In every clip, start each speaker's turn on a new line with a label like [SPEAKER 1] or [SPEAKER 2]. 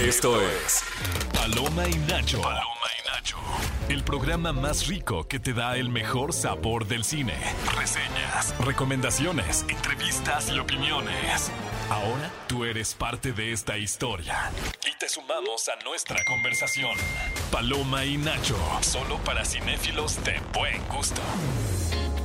[SPEAKER 1] Esto es
[SPEAKER 2] Paloma y Nacho.
[SPEAKER 1] Paloma y Nacho.
[SPEAKER 2] El programa más rico que te da el mejor sabor del cine. Reseñas, recomendaciones, entrevistas y opiniones. Ahora tú eres parte de esta historia. Y te sumamos a nuestra conversación. Paloma y Nacho. Solo para cinéfilos de buen gusto.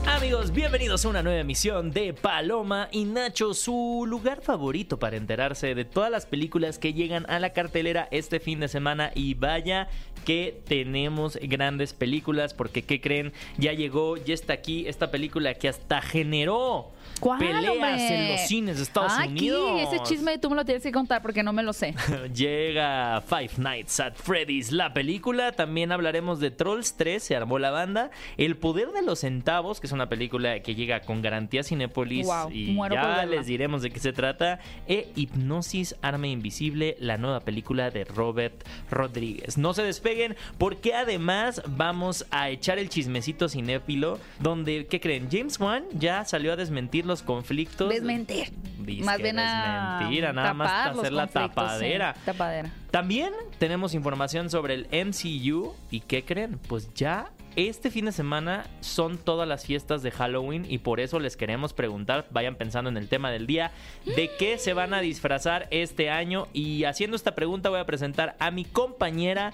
[SPEAKER 3] Amigos, bienvenidos a una nueva emisión de Paloma y Nacho, su lugar favorito para enterarse de todas las películas que llegan a la cartelera este fin de semana y vaya que tenemos grandes películas porque ¿qué creen? Ya llegó, ya está aquí esta película que hasta generó
[SPEAKER 4] ¿Cuál,
[SPEAKER 3] peleas
[SPEAKER 4] hombre?
[SPEAKER 3] en los cines de Estados
[SPEAKER 4] Aquí,
[SPEAKER 3] Unidos.
[SPEAKER 4] ese chisme tú me lo tienes que contar porque no me lo sé.
[SPEAKER 3] Llega Five Nights at Freddy's, la película. También hablaremos de Trolls 3, se armó la banda. El Poder de los Centavos, que es una película que llega con garantía Cinépolis.
[SPEAKER 4] Guau,
[SPEAKER 3] y
[SPEAKER 4] muero por
[SPEAKER 3] ya
[SPEAKER 4] verla.
[SPEAKER 3] les diremos de qué se trata. E Hipnosis, Arma Invisible, la nueva película de Robert Rodríguez. No se despeguen, porque además vamos a echar el chismecito cinépilo. Donde, ¿qué creen? James Wan ya salió a desmentir los conflictos.
[SPEAKER 4] Desmentir.
[SPEAKER 3] Dice
[SPEAKER 4] Más bien a
[SPEAKER 3] desmentir, a nada más
[SPEAKER 4] tapar los
[SPEAKER 3] hacer la
[SPEAKER 4] conflictos,
[SPEAKER 3] tapadera.
[SPEAKER 4] sí, tapadera.
[SPEAKER 3] También tenemos información sobre el MCU y ¿qué creen? Pues ya este fin de semana son todas las fiestas de Halloween y por eso les queremos preguntar, vayan pensando en el tema del día, de qué se van a disfrazar este año y haciendo esta pregunta voy a presentar a mi compañera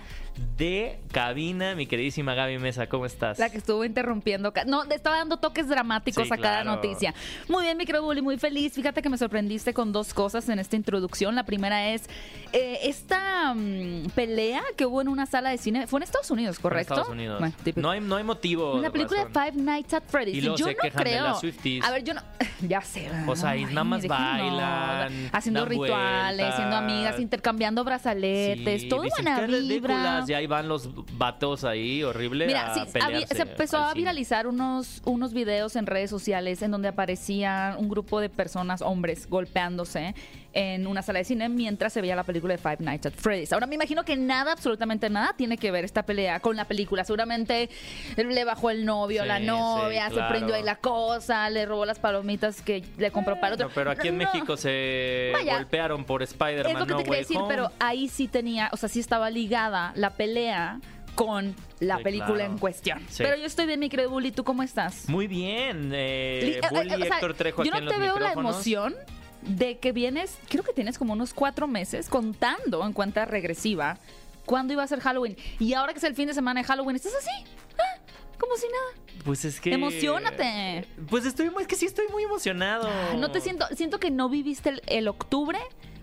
[SPEAKER 3] de cabina, mi queridísima Gaby Mesa, ¿cómo estás?
[SPEAKER 4] La que estuvo interrumpiendo. ca- No, le estaba dando toques dramáticos
[SPEAKER 3] Sí,
[SPEAKER 4] a cada
[SPEAKER 3] claro.
[SPEAKER 4] noticia. Muy bien, Microbully, muy feliz. Fíjate que me sorprendiste con dos cosas en esta introducción. La primera es eh, esta mm, pelea que hubo en una sala de cine. Fue en Estados Unidos,
[SPEAKER 3] Con
[SPEAKER 4] ¿correcto?
[SPEAKER 3] Estados Unidos.
[SPEAKER 4] Bueno, típico.
[SPEAKER 3] no, hay, no hay motivo.
[SPEAKER 4] la película
[SPEAKER 3] razón.
[SPEAKER 4] de Five Nights at Freddy's.
[SPEAKER 3] Y luego
[SPEAKER 4] yo
[SPEAKER 3] se
[SPEAKER 4] no
[SPEAKER 3] quejan de
[SPEAKER 4] creo.
[SPEAKER 3] las Swifties.
[SPEAKER 4] A ver, yo no. Ya sé.
[SPEAKER 3] O sea,
[SPEAKER 4] no,
[SPEAKER 3] y
[SPEAKER 4] ay,
[SPEAKER 3] nada más
[SPEAKER 4] déjenme, no.
[SPEAKER 3] bailan,
[SPEAKER 4] Haciendo
[SPEAKER 3] dan
[SPEAKER 4] rituales, siendo
[SPEAKER 3] vueltas.
[SPEAKER 4] amigas, intercambiando brazaletes,
[SPEAKER 3] Sí,
[SPEAKER 4] todo
[SPEAKER 3] dicen,
[SPEAKER 4] buena
[SPEAKER 3] "Qué
[SPEAKER 4] vibra.
[SPEAKER 3] ridículas", Y ahí van los vatos ahí, horrible.
[SPEAKER 4] Mira,
[SPEAKER 3] a
[SPEAKER 4] sí, había-
[SPEAKER 3] pelearse
[SPEAKER 4] se empezó
[SPEAKER 3] al
[SPEAKER 4] a
[SPEAKER 3] cine.
[SPEAKER 4] viralizar unos, unos videos en redes sociales en donde aparecían un grupo de personas, hombres, golpeándose en una sala de cine mientras se veía la película de Five Nights at Freddy's. Ahora me imagino que nada, absolutamente nada, tiene que ver esta pelea con la película. Seguramente le bajó el novio,
[SPEAKER 3] Sí,
[SPEAKER 4] la
[SPEAKER 3] sí,
[SPEAKER 4] novia,
[SPEAKER 3] claro.
[SPEAKER 4] se prendió ahí la cosa, le robó las palomitas que le compró para el otro.
[SPEAKER 3] Eh, No, pero aquí en
[SPEAKER 4] No,
[SPEAKER 3] México se
[SPEAKER 4] Vaya,
[SPEAKER 3] golpearon por Spider-Man.
[SPEAKER 4] es lo que
[SPEAKER 3] No
[SPEAKER 4] te quería
[SPEAKER 3] Way
[SPEAKER 4] decir,
[SPEAKER 3] Home.
[SPEAKER 4] pero ahí sí tenía, o sea, sí estaba ligada la pelea con la
[SPEAKER 3] Sí,
[SPEAKER 4] película
[SPEAKER 3] claro.
[SPEAKER 4] en cuestión.
[SPEAKER 3] Sí.
[SPEAKER 4] Pero yo estoy bien, mi querido Bully, ¿tú cómo estás?
[SPEAKER 3] Muy bien.
[SPEAKER 4] Li-
[SPEAKER 3] Eh,
[SPEAKER 4] eh, eh,
[SPEAKER 3] Bully,
[SPEAKER 4] o sea,
[SPEAKER 3] Héctor Trejo aquí
[SPEAKER 4] yo no
[SPEAKER 3] en
[SPEAKER 4] te
[SPEAKER 3] los
[SPEAKER 4] veo la
[SPEAKER 3] micrófonos.
[SPEAKER 4] emoción de que vienes, creo que tienes como unos cuatro meses contando en cuenta regresiva cuándo iba a ser Halloween. Y ahora que es el fin de semana de Halloween, estás así, ah, como si nada.
[SPEAKER 3] Pues es que.
[SPEAKER 4] Emociónate.
[SPEAKER 3] Pues estoy muy. Es que sí estoy muy emocionado.
[SPEAKER 4] Ah, No te siento, siento que no viviste el, el octubre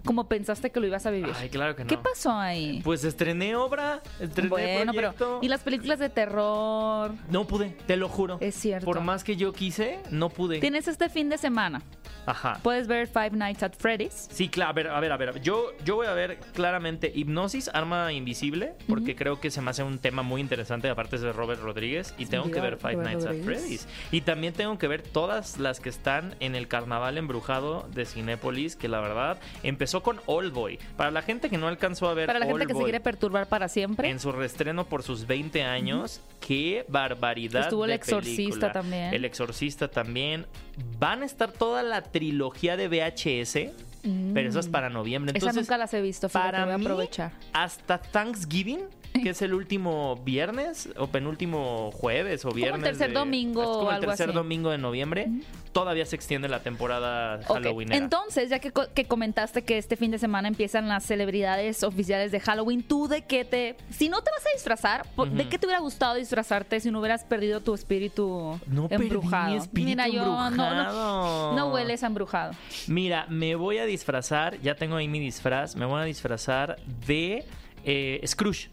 [SPEAKER 4] como pensaste que lo ibas a vivir.
[SPEAKER 3] Ay, claro que no.
[SPEAKER 4] ¿Qué pasó ahí?
[SPEAKER 3] Pues estrené obra. Estrené
[SPEAKER 4] bueno,
[SPEAKER 3] proyecto.
[SPEAKER 4] pero y las películas de terror.
[SPEAKER 3] No pude, te lo juro.
[SPEAKER 4] Es cierto.
[SPEAKER 3] Por más que yo quise, no pude.
[SPEAKER 4] Tienes este fin de semana.
[SPEAKER 3] Ajá.
[SPEAKER 4] Puedes ver Five Nights at Freddy's.
[SPEAKER 3] Sí, claro, a ver, a ver, a ver. Yo, yo voy a ver claramente Hipnosis, Arma Invisible, porque creo que se me hace un tema muy interesante, aparte es de Robert Rodríguez, y tengo que ver Five
[SPEAKER 4] Robert
[SPEAKER 3] Nights at
[SPEAKER 4] Rodríguez.
[SPEAKER 3] Freddy's. Y también tengo que ver todas las que están en el carnaval embrujado de Cinépolis, que la verdad empezó con Oldboy. Para la gente que no alcanzó a ver
[SPEAKER 4] Para la gente que se
[SPEAKER 3] Oldboy
[SPEAKER 4] quiere perturbar para siempre.
[SPEAKER 3] en su reestreno por sus 20 años, qué barbaridad.
[SPEAKER 4] Estuvo El
[SPEAKER 3] de
[SPEAKER 4] Exorcista
[SPEAKER 3] película.
[SPEAKER 4] también.
[SPEAKER 3] El Exorcista también. Van a estar toda la trilogía de VHS.
[SPEAKER 4] Mm.
[SPEAKER 3] Pero eso es para noviembre.
[SPEAKER 4] Esa
[SPEAKER 3] Entonces,
[SPEAKER 4] nunca las he visto, fíjate,
[SPEAKER 3] para
[SPEAKER 4] voy a
[SPEAKER 3] mí,
[SPEAKER 4] aprovechar.
[SPEAKER 3] hasta Thanksgiving, que es el último viernes o penúltimo jueves o viernes.
[SPEAKER 4] tercer
[SPEAKER 3] de-
[SPEAKER 4] domingo
[SPEAKER 3] es como
[SPEAKER 4] o
[SPEAKER 3] el
[SPEAKER 4] algo
[SPEAKER 3] tercer
[SPEAKER 4] así.
[SPEAKER 3] domingo de noviembre. Todavía se extiende la temporada
[SPEAKER 4] Ok,
[SPEAKER 3] Halloween.
[SPEAKER 4] Entonces, ya que, co- que comentaste que este fin de semana empiezan las celebridades oficiales de Halloween, ¿tú de qué te... Si no te vas a disfrazar, po- ¿de
[SPEAKER 3] Ujú.
[SPEAKER 4] qué te hubiera gustado disfrazarte si no hubieras perdido tu espíritu
[SPEAKER 3] No perdí mi
[SPEAKER 4] embrujado?
[SPEAKER 3] espíritu
[SPEAKER 4] Mira, yo no- No,
[SPEAKER 3] embrujado.
[SPEAKER 4] no hueles a embrujado.
[SPEAKER 3] Mira, me voy a disfrazar, ya tengo ahí mi disfraz, me voy a disfrazar de eh, Scrooge.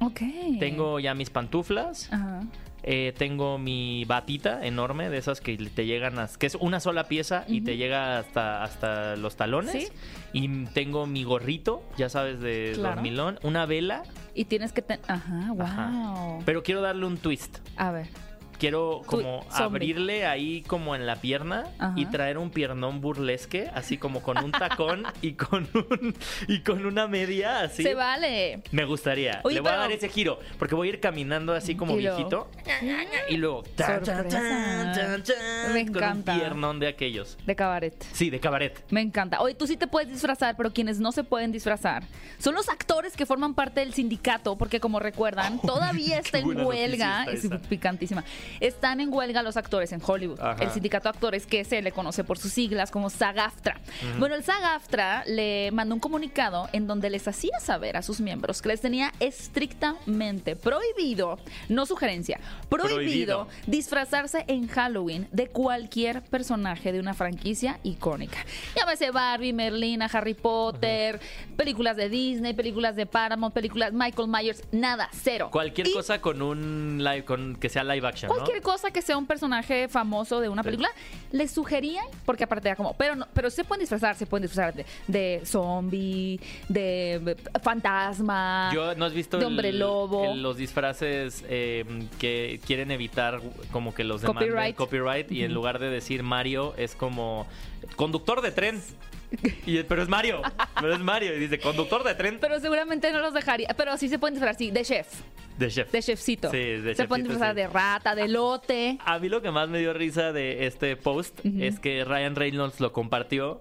[SPEAKER 4] Ok.
[SPEAKER 3] Tengo ya mis pantuflas,
[SPEAKER 4] Ajá.
[SPEAKER 3] eh, tengo mi batita enorme, de esas que te llegan, a, que es una sola pieza y te
[SPEAKER 4] Ujú.
[SPEAKER 3] llega hasta, hasta los talones.
[SPEAKER 4] Sí.
[SPEAKER 3] Y tengo mi gorrito, ya sabes, de
[SPEAKER 4] Claro.
[SPEAKER 3] dormilón, una vela,
[SPEAKER 4] Y tienes que... te- Ajá, wow.
[SPEAKER 3] Ajá. pero quiero darle un twist.
[SPEAKER 4] A ver.
[SPEAKER 3] quiero como
[SPEAKER 4] zombie.
[SPEAKER 3] abrirle ahí como en la pierna
[SPEAKER 4] Ajá.
[SPEAKER 3] y traer un piernón burlesque, así como con un tacón y con un y con una media así.
[SPEAKER 4] Se vale.
[SPEAKER 3] Me gustaría.
[SPEAKER 4] Oye,
[SPEAKER 3] Le voy a
[SPEAKER 4] pero-
[SPEAKER 3] dar ese giro, porque voy a ir caminando así como
[SPEAKER 4] Y luego-
[SPEAKER 3] viejito. Y luego. tan, tan, tan, tan, tan,
[SPEAKER 4] Me
[SPEAKER 3] con un
[SPEAKER 4] encanta.
[SPEAKER 3] piernón de aquellos.
[SPEAKER 4] De cabaret.
[SPEAKER 3] Sí, de cabaret.
[SPEAKER 4] Me encanta. Oye, tú sí te puedes disfrazar, pero quienes no se pueden disfrazar son los actores que forman parte del sindicato, porque como recuerdan, todavía está en
[SPEAKER 3] buena noticia
[SPEAKER 4] huelga.
[SPEAKER 3] está
[SPEAKER 4] Es
[SPEAKER 3] esa.
[SPEAKER 4] picantísima. Están en huelga los actores en Hollywood.
[SPEAKER 3] Ajá.
[SPEAKER 4] El sindicato de actores que se le conoce por sus siglas como SAGAFTRA. Bueno, el SAGAFTRA le mandó un comunicado en donde les hacía saber a sus miembros que les tenía estrictamente prohibido, no sugerencia, prohibido
[SPEAKER 3] Prohibido.
[SPEAKER 4] disfrazarse en Halloween de cualquier personaje de una franquicia icónica. Llámese Barbie, Merlina, Harry Potter, películas de Disney, películas de Paramount, películas Michael Myers, nada, cero.
[SPEAKER 3] Cualquier
[SPEAKER 4] Y
[SPEAKER 3] cosa con un live, con que sea live action, ¿no?
[SPEAKER 4] Cualquier cosa que sea un personaje famoso de una
[SPEAKER 3] Sí.
[SPEAKER 4] película, les sugerían, porque aparte era como, pero no, pero se pueden disfrazar, se pueden disfrazar de, de zombie, de de fantasma.
[SPEAKER 3] Yo no has visto
[SPEAKER 4] de hombre lobo.
[SPEAKER 3] el- los disfraces eh, que quieren evitar como que los demanden
[SPEAKER 4] Copyright.
[SPEAKER 3] copyright y en lugar de decir Mario es como conductor de tren. Y, pero es Mario, pero es Mario y dice conductor de tren
[SPEAKER 4] Pero seguramente no los dejaría, pero sí se pueden disfrazar, sí, de chef.
[SPEAKER 3] de chef.
[SPEAKER 4] De chefcito.
[SPEAKER 3] Sí, de
[SPEAKER 4] Se pueden
[SPEAKER 3] chefcito,
[SPEAKER 4] disfrazar
[SPEAKER 3] sí.
[SPEAKER 4] de rata, de lote.
[SPEAKER 3] A mí lo que más me dio risa de este post es que Ryan Reynolds lo compartió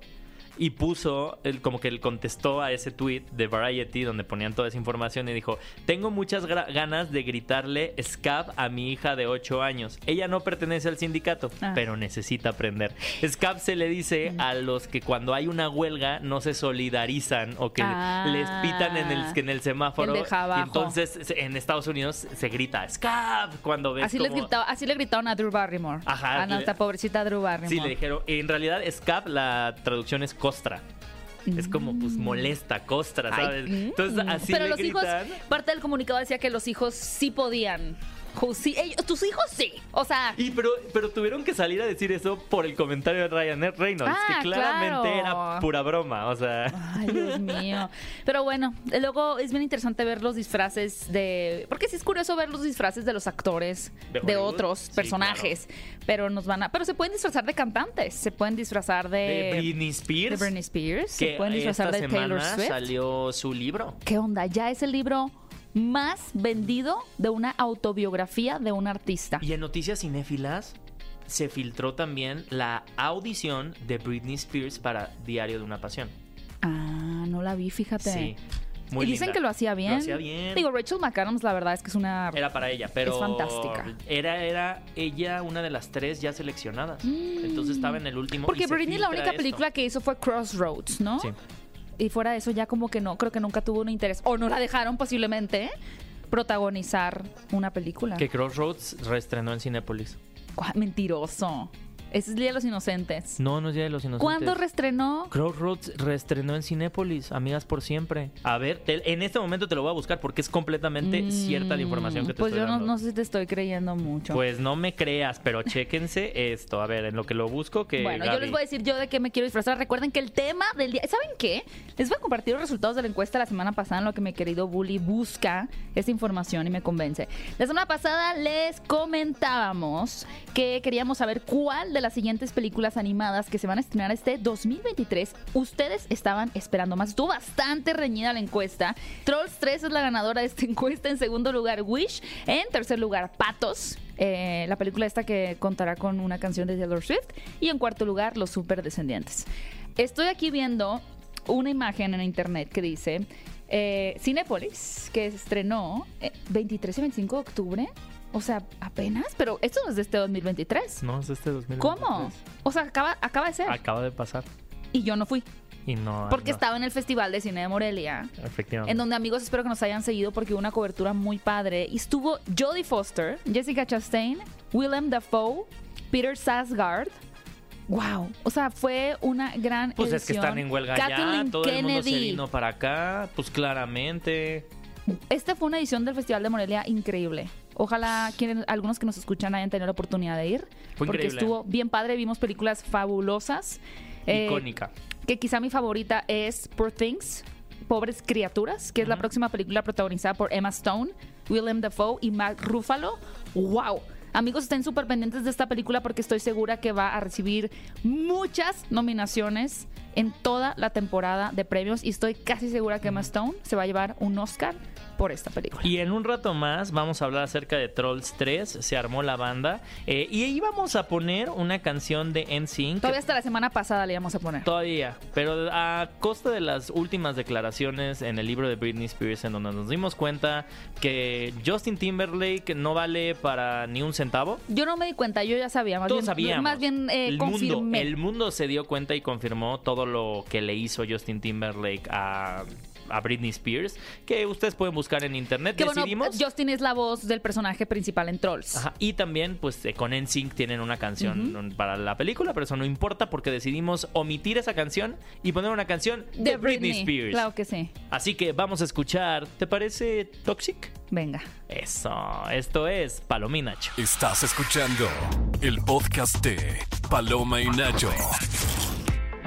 [SPEAKER 3] y puso, el, como que él contestó a ese tweet de Variety donde ponían toda esa información y dijo, tengo muchas gra- ganas de gritarle Scab a mi hija de 8 años. Ella no pertenece al sindicato,
[SPEAKER 4] Ah.
[SPEAKER 3] pero necesita aprender. Scab se le dice a los que cuando hay una huelga no se solidarizan o que
[SPEAKER 4] Ah.
[SPEAKER 3] les pitan en el, que en el semáforo.
[SPEAKER 4] El deja
[SPEAKER 3] Y
[SPEAKER 4] abajo.
[SPEAKER 3] entonces se- en Estados Unidos se grita Scab cuando ves
[SPEAKER 4] Así, les
[SPEAKER 3] como-
[SPEAKER 4] gritaba- así le gritaron a Drew Barrymore.
[SPEAKER 3] Ajá,
[SPEAKER 4] A
[SPEAKER 3] le-
[SPEAKER 4] nuestra pobrecita Drew Barrymore.
[SPEAKER 3] Sí, le dijeron. En realidad, scab, la traducción es costra. Es como, pues, molesta, costra,
[SPEAKER 4] Mm. Ay,
[SPEAKER 3] ¿sabes?
[SPEAKER 4] mm.
[SPEAKER 3] Entonces, así
[SPEAKER 4] Pero
[SPEAKER 3] le
[SPEAKER 4] los
[SPEAKER 3] gritan.
[SPEAKER 4] hijos, parte del comunicado decía que los hijos sí podían. Ju- sí, ellos- tus hijos sí. O sea,
[SPEAKER 3] Y pero, pero tuvieron que salir a decir eso por el comentario de Ryan eh, Reynolds,
[SPEAKER 4] Ah,
[SPEAKER 3] que claramente
[SPEAKER 4] claro.
[SPEAKER 3] era pura broma, o sea...
[SPEAKER 4] Ay, Dios mío. Pero bueno, luego es bien interesante ver los disfraces de. Porque sí es curioso ver los disfraces de los actores,
[SPEAKER 3] ¿De
[SPEAKER 4] de,
[SPEAKER 3] Hollywood?
[SPEAKER 4] otros
[SPEAKER 3] Sí,
[SPEAKER 4] personajes. Pero nos van a. Pero se pueden disfrazar de cantantes, se pueden disfrazar de.
[SPEAKER 3] De Britney Spears,
[SPEAKER 4] Eh, de Britney Spears, se
[SPEAKER 3] que
[SPEAKER 4] pueden disfrazar
[SPEAKER 3] esta
[SPEAKER 4] de Taylor
[SPEAKER 3] semana
[SPEAKER 4] Swift.
[SPEAKER 3] salió su libro.
[SPEAKER 4] ¿Qué onda? Ya es el libro más vendido de una autobiografía de un artista.
[SPEAKER 3] Y en Noticias Cinéfilas se filtró también la audición de Britney Spears para Diario de una Pasión.
[SPEAKER 4] Ah, no la vi, fíjate.
[SPEAKER 3] Sí, muy
[SPEAKER 4] y dicen
[SPEAKER 3] linda.
[SPEAKER 4] que lo hacía bien.
[SPEAKER 3] Lo hacía bien.
[SPEAKER 4] Digo, Rachel McAdams, la verdad es que es una.
[SPEAKER 3] Era para ella, pero.
[SPEAKER 4] Es fantástica.
[SPEAKER 3] Era, era ella una de las tres ya seleccionadas. Entonces estaba en el último. y
[SPEAKER 4] Mm. Porque
[SPEAKER 3] se
[SPEAKER 4] Britney la
[SPEAKER 3] filtra
[SPEAKER 4] única
[SPEAKER 3] esto.
[SPEAKER 4] película que hizo fue Crossroads, ¿no?
[SPEAKER 3] Sí.
[SPEAKER 4] Y fuera de eso ya como que no, creo que nunca tuvo un interés. O no la dejaron posiblemente protagonizar una película.
[SPEAKER 3] Que Crossroads reestrenó en Cinépolis.
[SPEAKER 4] Guau, Mentiroso. Ese es el Día de los Inocentes.
[SPEAKER 3] No, no es Día de los Inocentes.
[SPEAKER 4] ¿Cuándo reestrenó?
[SPEAKER 3] Crossroads reestrenó en Cinépolis, Amigas por Siempre. A ver, te- en este momento te lo voy a buscar porque es completamente cierta la información que te
[SPEAKER 4] Mm. pues
[SPEAKER 3] estoy
[SPEAKER 4] yo no-
[SPEAKER 3] dando.
[SPEAKER 4] No, sé si te estoy creyendo mucho.
[SPEAKER 3] Pues no me creas, pero chéquense esto. A ver, en lo que lo busco, que.
[SPEAKER 4] bueno, yo
[SPEAKER 3] Gaby-
[SPEAKER 4] les voy a decir yo de qué me quiero disfrazar. Recuerden que el tema del día. ¿Saben qué? Les voy a compartir los resultados de la encuesta la semana pasada en lo que mi querido Bully busca esa información y me convence. La semana pasada les comentábamos que queríamos saber cuál de las siguientes películas animadas que se van a estrenar este 2023 ustedes estaban esperando más. Estuvo bastante reñida la encuesta. Trolls 3 es la ganadora de esta encuesta. En segundo lugar, Wish. En tercer lugar, Patos. Eh, la película esta que contará con una canción de Taylor Swift. Y en cuarto lugar, Los Superdescendientes. Estoy aquí viendo una imagen en internet que dice eh, Cinépolis, que estrenó eh, 23 y 25 de octubre. O sea, apenas, pero esto no es de este 2023.
[SPEAKER 3] No, es este 2000.
[SPEAKER 4] ¿Cómo? O sea, acaba, acaba de ser.
[SPEAKER 3] Acaba de pasar.
[SPEAKER 4] Y yo no fui,
[SPEAKER 3] Y no. Ah,
[SPEAKER 4] porque
[SPEAKER 3] no.
[SPEAKER 4] estaba en el Festival de Cine de Morelia.
[SPEAKER 3] Efectivamente.
[SPEAKER 4] En donde amigos espero que nos hayan seguido porque hubo una cobertura muy padre. Y estuvo Jodie Foster, Jessica Chastain, Willem Dafoe, Peter Sarsgaard. Wow, o sea, fue una gran
[SPEAKER 3] Pues es que
[SPEAKER 4] edición.
[SPEAKER 3] están en huelga
[SPEAKER 4] Kathleen
[SPEAKER 3] ya, todo el mundo se
[SPEAKER 4] Kennedy.
[SPEAKER 3] vino para acá, pues claramente.
[SPEAKER 4] Esta fue una edición del Festival de Morelia increíble. Ojalá quienes, algunos que nos escuchan hayan tenido la oportunidad de ir.
[SPEAKER 3] Fue
[SPEAKER 4] porque
[SPEAKER 3] increíble.
[SPEAKER 4] estuvo bien padre, vimos películas fabulosas. Eh,
[SPEAKER 3] Icónica.
[SPEAKER 4] que quizá mi favorita es Poor Things, Pobres Criaturas, que es la próxima película protagonizada por Emma Stone, Willem Dafoe y Mark Ruffalo. ¡Wow! Amigos, estén súper pendientes de esta película porque estoy segura que va a recibir muchas nominaciones en toda la temporada de premios y estoy casi segura que Emma Stone se va a llevar un Oscar por esta película.
[SPEAKER 3] Y en un rato más vamos a hablar acerca de Trolls 3, se armó la banda. eh, y ahí vamos a poner una canción de NSYNC.
[SPEAKER 4] Todavía hasta la semana pasada le íbamos a poner.
[SPEAKER 3] Todavía, pero a costa de las últimas declaraciones en el libro de Britney Spears, en donde nos dimos cuenta que Justin Timberlake no vale para ni un centavo.
[SPEAKER 4] Yo no me di cuenta, yo ya sabía. Más
[SPEAKER 3] Todos
[SPEAKER 4] bien,
[SPEAKER 3] sabíamos.
[SPEAKER 4] Más bien eh,
[SPEAKER 3] el
[SPEAKER 4] confirmé.
[SPEAKER 3] mundo, el mundo se dio cuenta y confirmó todo lo que le hizo Justin Timberlake a, a Britney Spears, que ustedes pueden buscar en internet.
[SPEAKER 4] Que bueno,
[SPEAKER 3] Decidimos.
[SPEAKER 4] Justin es la voz del personaje principal en Trolls.
[SPEAKER 3] Ajá, Y también, pues eh, con NSYNC tienen una canción um, para la película, pero eso no importa porque decidimos omitir esa canción y poner una canción de, Britney, Spears.
[SPEAKER 4] Claro que sí.
[SPEAKER 3] Así que vamos a escuchar. ¿Te parece Toxic?
[SPEAKER 4] Venga.
[SPEAKER 3] Eso, esto es Palominacho.
[SPEAKER 2] Estás escuchando el podcast de Paloma y Nacho.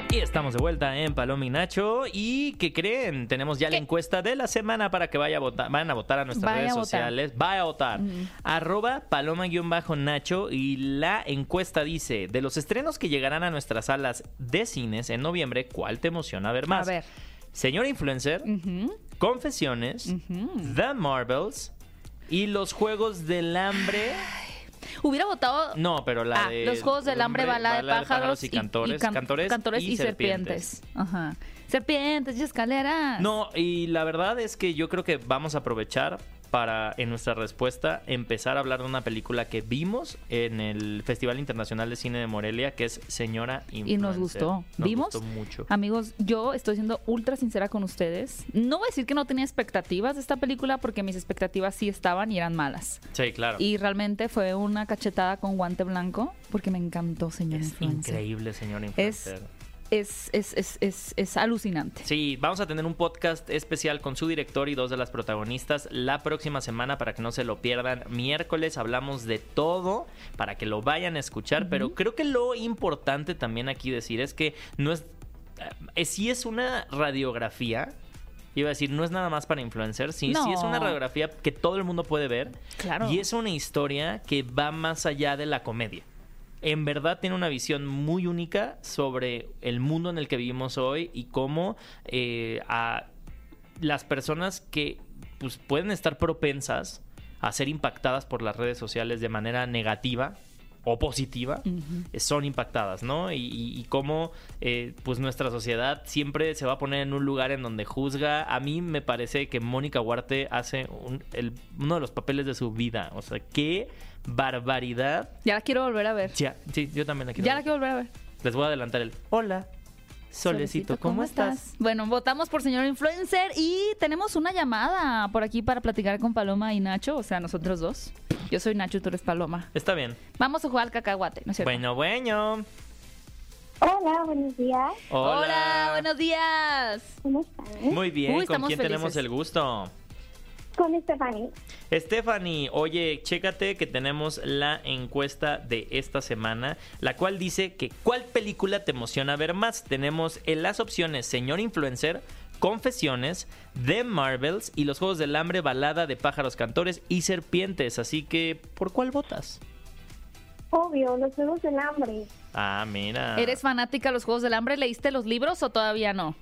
[SPEAKER 3] Y estamos de vuelta en Palominacho. ¿Y qué creen? Tenemos ya la
[SPEAKER 4] ¿Qué?
[SPEAKER 3] encuesta de la semana para que vaya a votar, vayan a votar a nuestras
[SPEAKER 4] Vaya
[SPEAKER 3] redes
[SPEAKER 4] a votar.
[SPEAKER 3] sociales. Vaya a votar. Arroba paloma-nacho. Y la encuesta dice: De los estrenos que llegarán a nuestras salas de cines en noviembre, ¿cuál te emociona ver más?
[SPEAKER 4] A ver. Mm.
[SPEAKER 3] Señora Influencer,
[SPEAKER 4] Ujú.
[SPEAKER 3] Confesiones, The Marvels y los Juegos del Hambre.
[SPEAKER 4] Hubiera votado.
[SPEAKER 3] No, pero la
[SPEAKER 4] Ah,
[SPEAKER 3] de.
[SPEAKER 4] los juegos del hambre,
[SPEAKER 3] Hombre,
[SPEAKER 4] balada de
[SPEAKER 3] Balada
[SPEAKER 4] pájaros,
[SPEAKER 3] y cantores.
[SPEAKER 4] can-
[SPEAKER 3] cantores,
[SPEAKER 4] cantores y, serpientes. Ajá. Serpientes y escaleras.
[SPEAKER 3] No, y la verdad es que yo creo que vamos a aprovechar para, en nuestra respuesta, empezar a hablar de una película que vimos en el Festival Internacional de Cine de Morelia, que es Señora Influencer.
[SPEAKER 4] Y nos gustó.
[SPEAKER 3] Nos
[SPEAKER 4] ¿Vimos? Ah,
[SPEAKER 3] gustó mucho.
[SPEAKER 4] Amigos, yo estoy siendo ultra sincera con ustedes. No voy a decir que no tenía expectativas de esta película porque mis expectativas sí estaban y eran malas.
[SPEAKER 3] Sí, claro.
[SPEAKER 4] Y realmente fue una cachetada con guante blanco porque me encantó, señor
[SPEAKER 3] es
[SPEAKER 4] Influencer.
[SPEAKER 3] increíble, Señora
[SPEAKER 4] Es-
[SPEAKER 3] Influencer.
[SPEAKER 4] Es, es, es, es, es alucinante.
[SPEAKER 3] Sí, vamos a tener un podcast especial con su director y dos de las protagonistas la próxima semana para que no se lo pierdan. Miércoles hablamos de todo para que lo vayan a escuchar, pero creo que lo importante también aquí decir es que no es eh, sí es una radiografía. Iba a decir, no es nada más para influencers, sí, sí es una
[SPEAKER 4] No.
[SPEAKER 3] radiografía que todo el mundo puede ver.
[SPEAKER 4] Claro.
[SPEAKER 3] Y es una historia que va más allá de la comedia. En verdad tiene una visión muy única sobre el mundo en el que vivimos hoy y cómo eh, a las personas que pues, pueden estar propensas a ser impactadas por las redes sociales de manera negativa o positiva, eh, son impactadas, ¿no? Y, y- y cómo eh, pues nuestra sociedad siempre se va a poner en un lugar en donde juzga. A mí me parece que Mónica Huarte hace un- el- uno de los papeles de su vida. O sea, qué barbaridad.
[SPEAKER 4] Ya la quiero volver a ver.
[SPEAKER 3] Ya, sí, yo también la quiero
[SPEAKER 4] ya la
[SPEAKER 3] ver.
[SPEAKER 4] quiero volver a ver.
[SPEAKER 3] Les voy a adelantar el hola, Solecito, ¿cómo, estás?
[SPEAKER 4] Bueno, votamos por señor influencer y tenemos una llamada por aquí para platicar con Paloma y Nacho, o sea, nosotros dos. Yo soy Nacho y tú eres Paloma.
[SPEAKER 3] Está bien.
[SPEAKER 4] Vamos a jugar al cacahuate, ¿no es cierto?
[SPEAKER 3] Bueno, bueno.
[SPEAKER 1] Hola, buenos días.
[SPEAKER 4] Hola.
[SPEAKER 3] Hola.
[SPEAKER 4] buenos días.
[SPEAKER 1] ¿Cómo están?
[SPEAKER 3] Muy bien,
[SPEAKER 4] Uy,
[SPEAKER 3] ¿con
[SPEAKER 4] estamos
[SPEAKER 3] quién tenemos
[SPEAKER 4] felices.
[SPEAKER 3] el gusto?
[SPEAKER 1] Con Stephanie.
[SPEAKER 3] Stephanie, oye, chécate que tenemos la encuesta de esta semana, la cual dice que ¿cuál película te emociona ver más? Tenemos en las opciones Señor Influencer, Confesiones, The Marvels y los Juegos del Hambre, Balada de Pájaros Cantores y Serpientes. Así que, ¿por cuál votas?
[SPEAKER 1] Obvio, los juegos del hambre.
[SPEAKER 3] Ah, mira.
[SPEAKER 4] ¿Eres fanática de los Juegos del Hambre? ¿Leíste los libros o todavía no?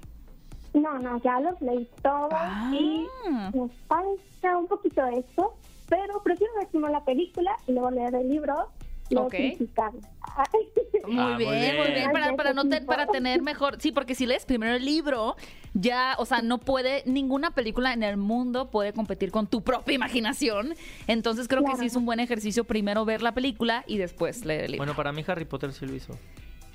[SPEAKER 1] No, no, ya los leí todos
[SPEAKER 4] Ah.
[SPEAKER 1] y nos falta un poquito de esto, pero prefiero ver primero la película y luego leer el libro y luego
[SPEAKER 4] Ok.
[SPEAKER 1] criticarlo.
[SPEAKER 4] Muy,
[SPEAKER 3] Ah, muy
[SPEAKER 4] bien, muy
[SPEAKER 3] bien.
[SPEAKER 4] bien. Para, para, no te-
[SPEAKER 1] Tipo.
[SPEAKER 4] para tener mejor. Sí, porque si lees primero el libro, ya, o sea, no puede, ninguna película en el mundo puede competir con tu propia imaginación. Entonces creo que
[SPEAKER 1] Claro.
[SPEAKER 4] sí es un buen ejercicio primero ver la película y después leer el libro.
[SPEAKER 3] Bueno, para mí Harry Potter sí lo hizo.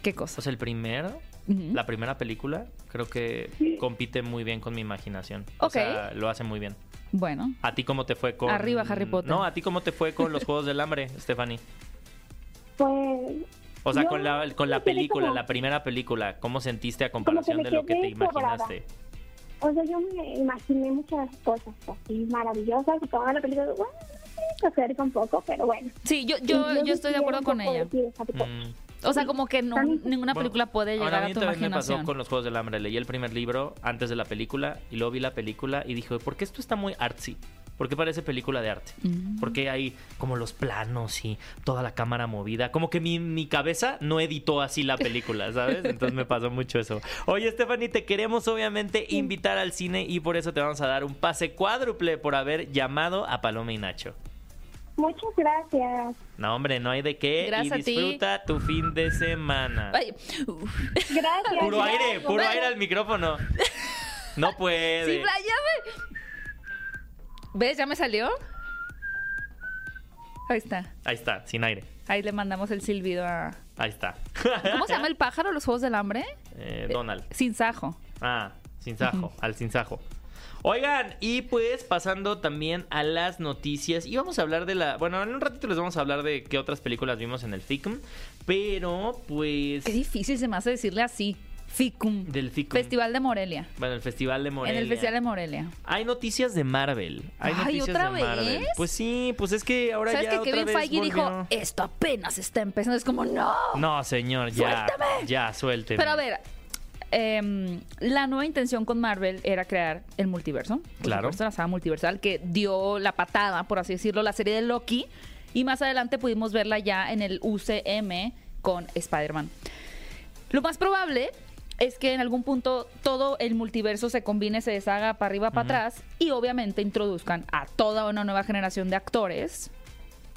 [SPEAKER 4] ¿Qué cosa?
[SPEAKER 3] O sea, el primero,
[SPEAKER 4] Ujú.
[SPEAKER 3] la primera película, creo que compite muy bien con mi imaginación. O
[SPEAKER 4] Ok.
[SPEAKER 3] sea, lo hace muy bien.
[SPEAKER 4] Bueno.
[SPEAKER 3] ¿A ti cómo te fue con.
[SPEAKER 4] Arriba, Harry Potter.
[SPEAKER 3] No, ¿a ti cómo te fue con los Juegos del Hambre, Stephanie?
[SPEAKER 1] Pues
[SPEAKER 3] O sea,
[SPEAKER 1] Yo
[SPEAKER 3] con la, con la
[SPEAKER 1] me quedé
[SPEAKER 3] película,
[SPEAKER 1] como-
[SPEAKER 3] la primera película, ¿cómo sentiste a
[SPEAKER 1] que me
[SPEAKER 3] comparación de lo que
[SPEAKER 1] quedé
[SPEAKER 3] te imaginaste?
[SPEAKER 1] O sea, yo me imaginé muchas cosas así maravillosas y cuando la película, bueno, se acerca un poco, pero bueno.
[SPEAKER 4] Sí, yo, yo,
[SPEAKER 1] Y luego
[SPEAKER 4] yo estoy de acuerdo
[SPEAKER 1] quiero
[SPEAKER 4] con
[SPEAKER 1] un poco
[SPEAKER 4] ella.
[SPEAKER 1] decir, o sea, tipo,
[SPEAKER 3] Mm.
[SPEAKER 4] O sea, como que no-
[SPEAKER 1] También-
[SPEAKER 4] ninguna
[SPEAKER 3] Bueno,
[SPEAKER 4] película puede
[SPEAKER 3] ahora
[SPEAKER 4] llegar
[SPEAKER 3] a
[SPEAKER 4] a
[SPEAKER 3] mí
[SPEAKER 4] tu
[SPEAKER 3] también me pasó
[SPEAKER 4] imaginación.
[SPEAKER 3] con los Juegos del Hambre. Leí el primer libro antes de la película y luego vi la película y dije, ¿por qué esto está muy artsy? porque parece película de arte.
[SPEAKER 4] Mm.
[SPEAKER 3] Porque hay como los planos y toda la cámara movida. Como que mi, mi cabeza no editó así la película, ¿sabes? Entonces me pasó mucho eso. Oye, Stephanie, te queremos obviamente invitar al cine y por eso te vamos a dar un pase cuádruple por haber llamado a Paloma y Nacho.
[SPEAKER 1] Muchas gracias.
[SPEAKER 3] No, hombre, no hay de qué.
[SPEAKER 4] Gracias a
[SPEAKER 3] y
[SPEAKER 4] ti.
[SPEAKER 3] disfruta tu fin de semana.
[SPEAKER 4] Ay, uf.
[SPEAKER 1] Gracias.
[SPEAKER 3] Puro
[SPEAKER 1] gracias.
[SPEAKER 3] aire, puro aire al micrófono. No puede.
[SPEAKER 4] Sí, Brian, ya me- ¿Ves? Ya me salió. Ahí está.
[SPEAKER 3] Ahí está, sin aire.
[SPEAKER 4] Ahí le mandamos el silbido a.
[SPEAKER 3] Ahí está.
[SPEAKER 4] ¿Cómo se llama el pájaro? Los Juegos del Hambre.
[SPEAKER 3] Eh, Donald.
[SPEAKER 4] Sin sajo.
[SPEAKER 3] Ah, sin sajo, al sin sajo. Oigan, y pues pasando también a las noticias, y vamos a hablar de la... Bueno, en un ratito les vamos a hablar de qué otras películas vimos en el FICM, pero pues...
[SPEAKER 4] Qué difícil se me hace decirle así. Ficum.
[SPEAKER 3] Del FICM.
[SPEAKER 4] Festival de Morelia.
[SPEAKER 3] Bueno, el Festival de Morelia.
[SPEAKER 4] En el Festival de Morelia.
[SPEAKER 3] Hay noticias de Marvel. Hay
[SPEAKER 4] Ay,
[SPEAKER 3] noticias
[SPEAKER 4] ¿otra
[SPEAKER 3] de Marvel.
[SPEAKER 4] vez?
[SPEAKER 3] Pues sí, pues es que ahora
[SPEAKER 4] ¿Sabes
[SPEAKER 3] ya
[SPEAKER 4] que
[SPEAKER 3] otra
[SPEAKER 4] Kevin
[SPEAKER 3] vez
[SPEAKER 4] Feige dijo, "Eh,
[SPEAKER 3] volvió.
[SPEAKER 4] esto apenas está empezando? Es como, no.
[SPEAKER 3] No, señor, ya.
[SPEAKER 4] ¡Suéltame!
[SPEAKER 3] Ya, suélteme.
[SPEAKER 4] Pero a ver, em, la nueva intención con Marvel era crear el multiverso. Por
[SPEAKER 3] Claro.
[SPEAKER 4] supuesto, la saga multiversal que dio la patada, por así decirlo, la serie de Loki. Y más adelante pudimos verla ya en el UCM con Spider-Man. Lo más probable es que en algún punto todo el multiverso se combine, se deshaga para arriba, para atrás y obviamente introduzcan a toda una nueva generación de actores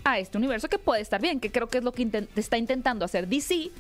[SPEAKER 4] a este universo que puede estar bien, que creo que es lo que inten- está intentando hacer DC,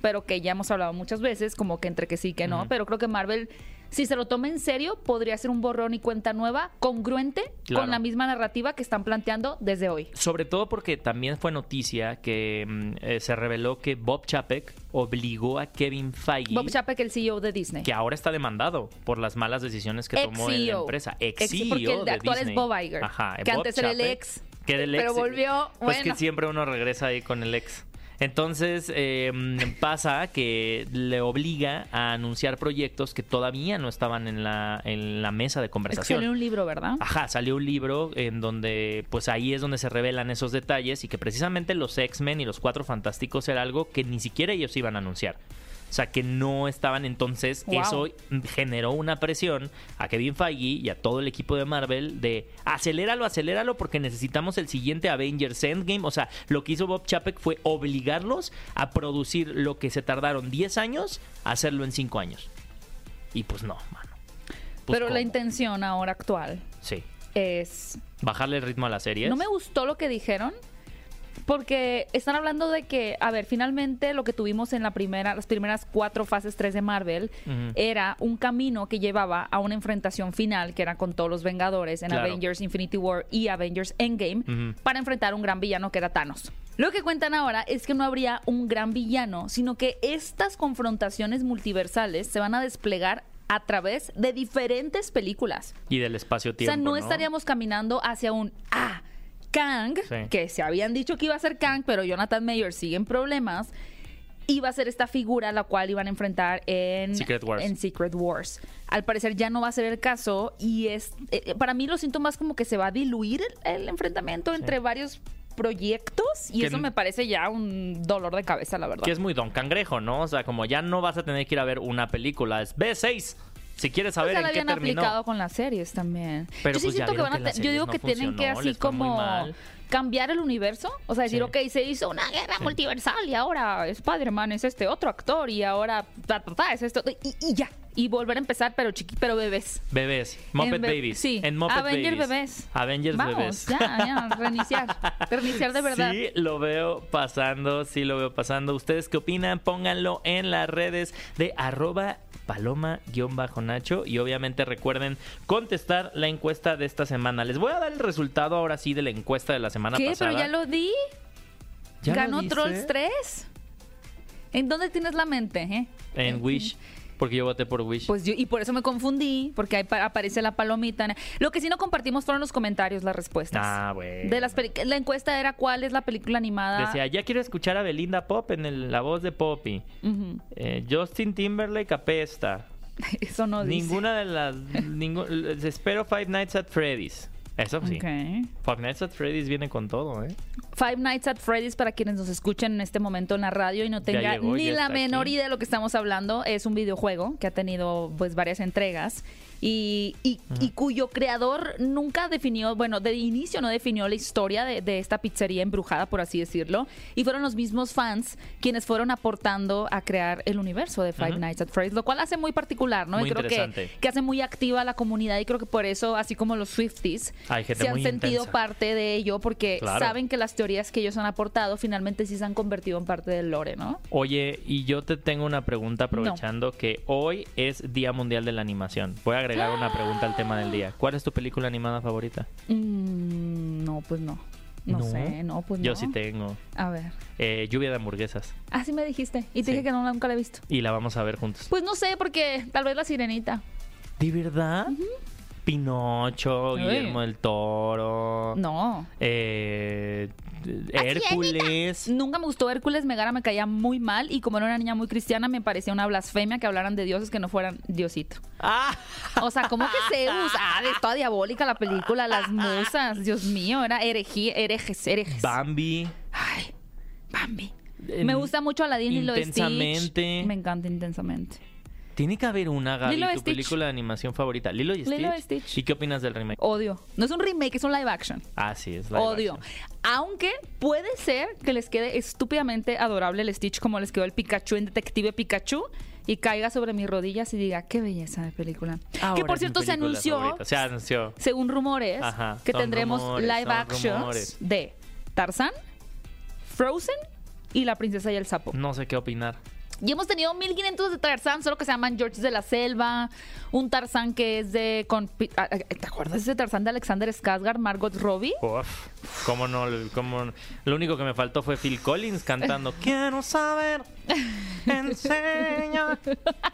[SPEAKER 4] pero que ya hemos hablado muchas veces, como que entre que sí, que no,
[SPEAKER 3] Ujú.
[SPEAKER 4] pero creo que Marvel, si se lo toma en serio, podría ser un borrón y cuenta nueva, congruente
[SPEAKER 3] Claro.
[SPEAKER 4] con la misma narrativa que están planteando desde hoy.
[SPEAKER 3] Sobre todo porque también fue noticia que mm, eh, se reveló que Bob Chapek obligó a Kevin Feige,
[SPEAKER 4] Bob Chapek, el CEO de Disney.
[SPEAKER 3] que ahora está demandado por las malas decisiones que tomó en la
[SPEAKER 4] Ex-CEO.
[SPEAKER 3] empresa, ex
[SPEAKER 4] E Ex- porque el
[SPEAKER 3] CEO
[SPEAKER 4] de
[SPEAKER 3] de
[SPEAKER 4] actual es
[SPEAKER 3] Disney.
[SPEAKER 4] Bob Iger,
[SPEAKER 3] Ajá,
[SPEAKER 4] que
[SPEAKER 3] Bob
[SPEAKER 4] antes era el
[SPEAKER 3] Chapek,
[SPEAKER 4] ex,
[SPEAKER 3] que era el
[SPEAKER 4] pero
[SPEAKER 3] ex.
[SPEAKER 4] volvió,
[SPEAKER 3] Pues que
[SPEAKER 4] bueno.
[SPEAKER 3] siempre uno regresa ahí con el ex. Entonces eh, mm, pasa que le obliga a anunciar proyectos que todavía no estaban en la, en la mesa de
[SPEAKER 4] es que salió
[SPEAKER 3] conversación.
[SPEAKER 4] un libro, ¿verdad?
[SPEAKER 3] Ajá, salió un libro en donde, pues ahí es donde se revelan esos detalles y que precisamente los X-Men y los Cuatro Fantásticos era algo que ni siquiera ellos iban a anunciar. O sea, que no estaban entonces,
[SPEAKER 4] Wow.
[SPEAKER 3] eso generó una presión a Kevin Feige y a todo el equipo de Marvel de aceléralo, aceléralo porque necesitamos el siguiente Avengers Endgame. O sea, lo que hizo Bob Chapek fue obligarlos a producir lo que se tardaron 10 años, a hacerlo en 5 años. Y pues no, mano. Pues,
[SPEAKER 4] pero la
[SPEAKER 3] ¿cómo?
[SPEAKER 4] intención ahora actual
[SPEAKER 3] Sí
[SPEAKER 4] es
[SPEAKER 3] bajarle el ritmo a las series.
[SPEAKER 4] No me gustó lo que dijeron. Porque están hablando de que, a ver, finalmente lo que tuvimos en la primera, las primeras cuatro fases 3 de Marvel
[SPEAKER 3] Ujú.
[SPEAKER 4] era un camino que llevaba a una enfrentación final, que era con todos los Vengadores en
[SPEAKER 3] Claro.
[SPEAKER 4] Avengers Infinity War y Avengers Endgame,
[SPEAKER 3] Ujú.
[SPEAKER 4] para enfrentar a un gran villano que era Thanos. Lo que cuentan ahora es que no habría un gran villano, sino que estas confrontaciones multiversales se van a desplegar a través de diferentes películas.
[SPEAKER 3] Y del espacio-tiempo.
[SPEAKER 4] O sea, no, estaríamos caminando hacia un ah, Kang,
[SPEAKER 3] Sí.
[SPEAKER 4] que se habían dicho que iba a ser Kang, pero Jonathan Mayer sigue en problemas. Iba a ser esta figura la cual iban a enfrentar en
[SPEAKER 3] Secret Wars.
[SPEAKER 4] En Secret Wars. Al parecer ya no va a ser el caso y es eh, para mí lo siento más como que se va a diluir el, el enfrentamiento entre varios proyectos y
[SPEAKER 3] Que
[SPEAKER 4] eso
[SPEAKER 3] n-
[SPEAKER 4] me parece ya un dolor de cabeza, la verdad.
[SPEAKER 3] Que es muy Don Cangrejo, ¿no? O sea, como ya no vas a tener que ir a ver una película, es B6. Si quieres
[SPEAKER 4] O
[SPEAKER 3] saber
[SPEAKER 4] sea, la
[SPEAKER 3] en qué
[SPEAKER 4] habían
[SPEAKER 3] terminó.
[SPEAKER 4] aplicado con las series también.
[SPEAKER 3] Pero
[SPEAKER 4] yo sí
[SPEAKER 3] pues ya
[SPEAKER 4] siento que
[SPEAKER 3] vieron
[SPEAKER 4] van a
[SPEAKER 3] que las
[SPEAKER 4] te- yo digo
[SPEAKER 3] series no
[SPEAKER 4] que tienen que
[SPEAKER 3] funcionó,
[SPEAKER 4] así
[SPEAKER 3] les fue muy
[SPEAKER 4] como
[SPEAKER 3] mal.
[SPEAKER 4] cambiar el universo, o sea, decir,
[SPEAKER 3] Sí.
[SPEAKER 4] ok, se hizo una guerra
[SPEAKER 3] Sí.
[SPEAKER 4] multiversal y ahora Spider-Man es este otro actor y ahora ta, ta, ta, es esto y, y ya, y volver a empezar pero chiqui, pero bebés.
[SPEAKER 3] Bebés, Muppet
[SPEAKER 4] En be-
[SPEAKER 3] Babies.
[SPEAKER 4] Sí.
[SPEAKER 3] En Muppet
[SPEAKER 4] Avenger
[SPEAKER 3] Babies.
[SPEAKER 4] bebés.
[SPEAKER 3] Avengers
[SPEAKER 4] Vamos,
[SPEAKER 3] Bebés.
[SPEAKER 4] Ya, ya, reiniciar. Reiniciar de verdad.
[SPEAKER 3] Sí, lo veo pasando, sí lo veo pasando. ¿Ustedes qué opinan? Pónganlo en las redes de arroba paloma-nacho y obviamente recuerden contestar la encuesta de esta semana. Les voy a dar el resultado ahora sí de la encuesta de la semana
[SPEAKER 4] ¿Qué?
[SPEAKER 3] pasada.
[SPEAKER 4] Pero ya lo di.
[SPEAKER 3] ¿Ya lo
[SPEAKER 4] Ganó
[SPEAKER 3] dice?
[SPEAKER 4] Trolls 3. ¿En dónde tienes la mente, eh?
[SPEAKER 3] En Wish, porque yo voté por Wish.
[SPEAKER 4] Pues yo, y por eso me confundí, porque ahí pa- aparece la palomita. Lo que sí no compartimos fueron los comentarios, las respuestas.
[SPEAKER 3] Ah, bueno.
[SPEAKER 4] De las peli- la encuesta era cuál es la película animada.
[SPEAKER 3] Decía, ya quiero escuchar a Belinda Pop en el- la voz de Poppy.
[SPEAKER 4] Ujú.
[SPEAKER 3] Eh, Justin Timberlake apesta.
[SPEAKER 4] Eso no dice.
[SPEAKER 3] Ninguna de las... ningú- les espero Five Nights at Freddy's. Eso sí.
[SPEAKER 4] Ok.
[SPEAKER 3] Five Nights at Freddy's viene con todo, ¿eh?
[SPEAKER 4] Five Nights at Freddy's para quienes nos escuchen en este momento en la radio y no
[SPEAKER 3] Ya
[SPEAKER 4] tengan
[SPEAKER 3] llegó,
[SPEAKER 4] ni
[SPEAKER 3] ya
[SPEAKER 4] la
[SPEAKER 3] está
[SPEAKER 4] menor
[SPEAKER 3] aquí.
[SPEAKER 4] idea de lo que estamos hablando. Es un videojuego que ha tenido pues varias entregas. y, y- y cuyo creador nunca definió, bueno, de inicio no definió la historia de, de esta pizzería embrujada, por así decirlo, y fueron los mismos fans quienes fueron aportando a crear el universo de Five
[SPEAKER 3] Ujú.
[SPEAKER 4] Nights at Freddy's, lo cual hace muy particular, ¿no?
[SPEAKER 3] Muy
[SPEAKER 4] y creo que,
[SPEAKER 3] interesante.
[SPEAKER 4] que hace muy activa a la comunidad y creo que por eso, así como los Swifties,
[SPEAKER 3] Hay gente
[SPEAKER 4] se han
[SPEAKER 3] muy
[SPEAKER 4] sentido
[SPEAKER 3] intensa.
[SPEAKER 4] parte de ello porque
[SPEAKER 3] Claro.
[SPEAKER 4] saben que las teorías que ellos han aportado finalmente sí se han convertido en parte del lore, ¿no?
[SPEAKER 3] Oye, y yo te tengo una pregunta aprovechando que hoy es Día Mundial de la Animación. Voy a agregar una pregunta al tema del día. ¿Cuál es tu película animada favorita?
[SPEAKER 4] Mm, no, pues no. No, sé, no, pues
[SPEAKER 3] Yo
[SPEAKER 4] no.
[SPEAKER 3] sí tengo.
[SPEAKER 4] A ver.
[SPEAKER 3] Eh, lluvia de hamburguesas.
[SPEAKER 4] Ah, sí me dijiste. Y te
[SPEAKER 3] Sí.
[SPEAKER 4] dije que no, nunca la he visto.
[SPEAKER 3] Y la vamos a ver juntos.
[SPEAKER 4] Pues no sé, porque tal vez la sirenita.
[SPEAKER 3] ¿De verdad? Pinocho,
[SPEAKER 4] Ay.
[SPEAKER 3] Guillermo del Toro.
[SPEAKER 4] No.
[SPEAKER 3] Eh, Hércules.
[SPEAKER 4] Nunca me gustó Hércules, Megara me caía muy mal y como era una niña muy cristiana me parecía una blasfemia que hablaran de dioses que no fueran Diosito.
[SPEAKER 3] ¡Ah!
[SPEAKER 4] O sea, ¿cómo que Zeus? Ah, de toda diabólica la película, las musas, Dios mío, era herejía, herejes, herejes.
[SPEAKER 3] Bambi.
[SPEAKER 4] Ay, Bambi.
[SPEAKER 3] Eh,
[SPEAKER 4] me gusta mucho Aladdin y lo de Stitch.
[SPEAKER 3] Intensamente.
[SPEAKER 4] Me encanta intensamente.
[SPEAKER 3] Tiene que haber una, Gaby,
[SPEAKER 4] Lilo y
[SPEAKER 3] tu
[SPEAKER 4] Stitch.
[SPEAKER 3] película de animación favorita. Lilo y Stitch.
[SPEAKER 4] Lilo y Stitch.
[SPEAKER 3] ¿Y qué opinas del remake?
[SPEAKER 4] Odio. No es un remake, es un live action.
[SPEAKER 3] Ah, sí, es la
[SPEAKER 4] Odio. Aunque puede ser que les quede estúpidamente adorable el Stitch como les quedó el Pikachu en Detective Pikachu y caiga sobre mis rodillas y diga, qué belleza de película. que por cierto se anunció,
[SPEAKER 3] Se anunció.
[SPEAKER 4] según rumores,
[SPEAKER 3] Ajá,
[SPEAKER 4] que
[SPEAKER 3] son
[SPEAKER 4] tendremos
[SPEAKER 3] rumores,
[SPEAKER 4] live
[SPEAKER 3] son
[SPEAKER 4] actions
[SPEAKER 3] rumores.
[SPEAKER 4] de Tarzán, Frozen y La princesa y el sapo.
[SPEAKER 3] No sé qué opinar.
[SPEAKER 4] Y hemos tenido 1500 de Tarzán, solo que se llaman George de la Selva, un Tarzán que es de... con pi- ah, ah, ¿Te acuerdas de Tarzán de Alexander Skarsgård, Margot Robbie?
[SPEAKER 3] Uf, cómo no, cómo no. Lo único que me faltó fue Phil Collins cantando Quiero saber, enseña,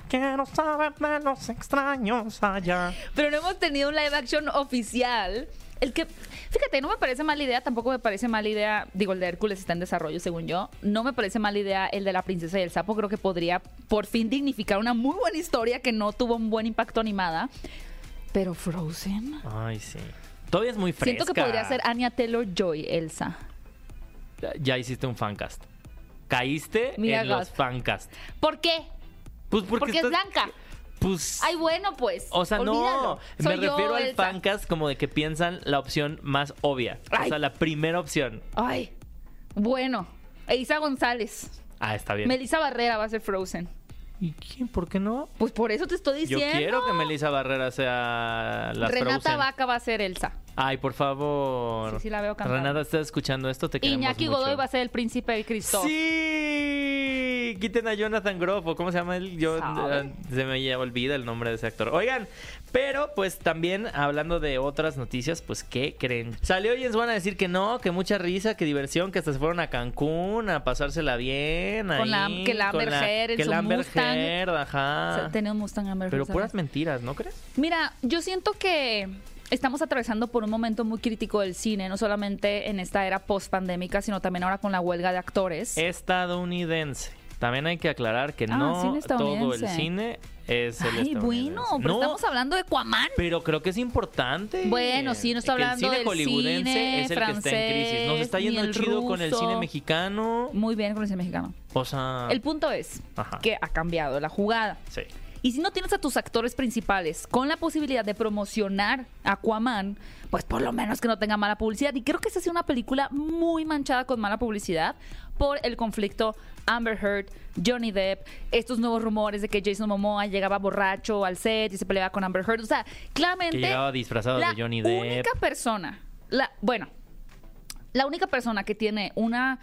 [SPEAKER 3] quiero saber de los extraños allá.
[SPEAKER 4] Pero no hemos tenido un live action oficial. El que, fíjate, no me parece mala idea, tampoco me parece mala idea, digo, el de Hércules está en desarrollo, según yo, no me parece mala idea el de la princesa y el sapo, creo que podría por fin dignificar una muy buena historia que no tuvo un buen impacto animada. Pero Frozen,
[SPEAKER 3] Ay, sí. Todavía es muy fresca.
[SPEAKER 4] siento que podría ser Anya Taylor-Joy, Elsa.
[SPEAKER 3] Ya hiciste un fancast. Caíste
[SPEAKER 4] Mira,
[SPEAKER 3] en los
[SPEAKER 4] Gus.
[SPEAKER 3] fancast.
[SPEAKER 4] ¿Por qué?
[SPEAKER 3] Pues porque,
[SPEAKER 4] Porque es
[SPEAKER 3] estás-
[SPEAKER 4] blanca.
[SPEAKER 3] Pues...
[SPEAKER 4] Ay, bueno, pues.
[SPEAKER 3] o sea,
[SPEAKER 4] olvídalo.
[SPEAKER 3] no, me
[SPEAKER 4] Soy yo,
[SPEAKER 3] refiero al
[SPEAKER 4] Elsa.
[SPEAKER 3] fancast como de que piensan la opción más obvia. O
[SPEAKER 4] Ay.
[SPEAKER 3] sea, la primera opción.
[SPEAKER 4] Ay, bueno. Eisa González.
[SPEAKER 3] Ah, está bien.
[SPEAKER 4] Melissa Barrera va a ser Frozen.
[SPEAKER 3] ¿Y quién? ¿Por qué no?
[SPEAKER 4] Pues por eso te estoy
[SPEAKER 3] Yo
[SPEAKER 4] diciendo.
[SPEAKER 3] quiero que Melissa Barrera sea la
[SPEAKER 4] Renata
[SPEAKER 3] Frozen.
[SPEAKER 4] Vaca va a ser Elsa.
[SPEAKER 3] Ay, por favor.
[SPEAKER 4] Sí, sí la veo cantando.
[SPEAKER 3] Renata, ¿estás escuchando esto? Te queremos
[SPEAKER 4] Iñaki
[SPEAKER 3] mucho.
[SPEAKER 4] Godoy va a ser el príncipe Cristóbal.
[SPEAKER 3] ¡Sí! Quiten a Jonathan Groff, ¿o ¿cómo se llama él? Yo,
[SPEAKER 4] ¿Sabe?
[SPEAKER 3] eh, se me ya olvida el nombre de ese actor. Oigan, pero pues también hablando de otras noticias, pues ¿qué creen? Salió James Wan a decir que no, que mucha risa, que diversión, que hasta se fueron a Cancún a pasársela bien.
[SPEAKER 4] Con la-
[SPEAKER 3] ahí,
[SPEAKER 4] que la
[SPEAKER 3] con
[SPEAKER 4] Amber Heard en
[SPEAKER 3] que
[SPEAKER 4] su
[SPEAKER 3] la Amber
[SPEAKER 4] Mustang.
[SPEAKER 3] Heard, ajá.
[SPEAKER 4] Tenía un Mustang Amber
[SPEAKER 3] pero
[SPEAKER 4] Heard,
[SPEAKER 3] puras
[SPEAKER 4] ¿sabes?
[SPEAKER 3] mentiras, ¿no crees?
[SPEAKER 4] Mira, yo siento que estamos atravesando por un momento muy crítico del cine, no solamente en esta era post pandémica, sino también ahora con la huelga de actores.
[SPEAKER 3] estadounidense. También hay que aclarar que
[SPEAKER 4] Ah, cine
[SPEAKER 3] no todo el
[SPEAKER 4] estadounidense.
[SPEAKER 3] cine es el
[SPEAKER 4] Ay,
[SPEAKER 3] estadounidense.
[SPEAKER 4] bueno, pero
[SPEAKER 3] No,
[SPEAKER 4] estamos hablando de Cuamán.
[SPEAKER 3] pero creo que es importante.
[SPEAKER 4] Bueno, sí, no estoy
[SPEAKER 3] que
[SPEAKER 4] hablando
[SPEAKER 3] el cine
[SPEAKER 4] del
[SPEAKER 3] hollywoodense
[SPEAKER 4] cine
[SPEAKER 3] es el que está en crisis. Nos está
[SPEAKER 4] francés, ni
[SPEAKER 3] yendo
[SPEAKER 4] el
[SPEAKER 3] chido con el
[SPEAKER 4] ruso.
[SPEAKER 3] cine mexicano.
[SPEAKER 4] Muy bien con el cine mexicano.
[SPEAKER 3] O sea,
[SPEAKER 4] El punto es
[SPEAKER 3] Ajá.
[SPEAKER 4] que ha cambiado la jugada.
[SPEAKER 3] sí.
[SPEAKER 4] Y si no tienes a tus actores principales con la posibilidad de promocionar Aquaman, pues por lo menos que no tenga mala publicidad. Y creo que esta ha sido una película muy manchada con mala publicidad por el conflicto Amber Heard, Johnny Depp, estos nuevos rumores de que Jason Momoa llegaba borracho al set y se peleaba con Amber Heard. O sea, claramente
[SPEAKER 3] Que llegaba disfrazado
[SPEAKER 4] la
[SPEAKER 3] de Johnny Depp.
[SPEAKER 4] única persona, la, bueno, la única persona que tiene una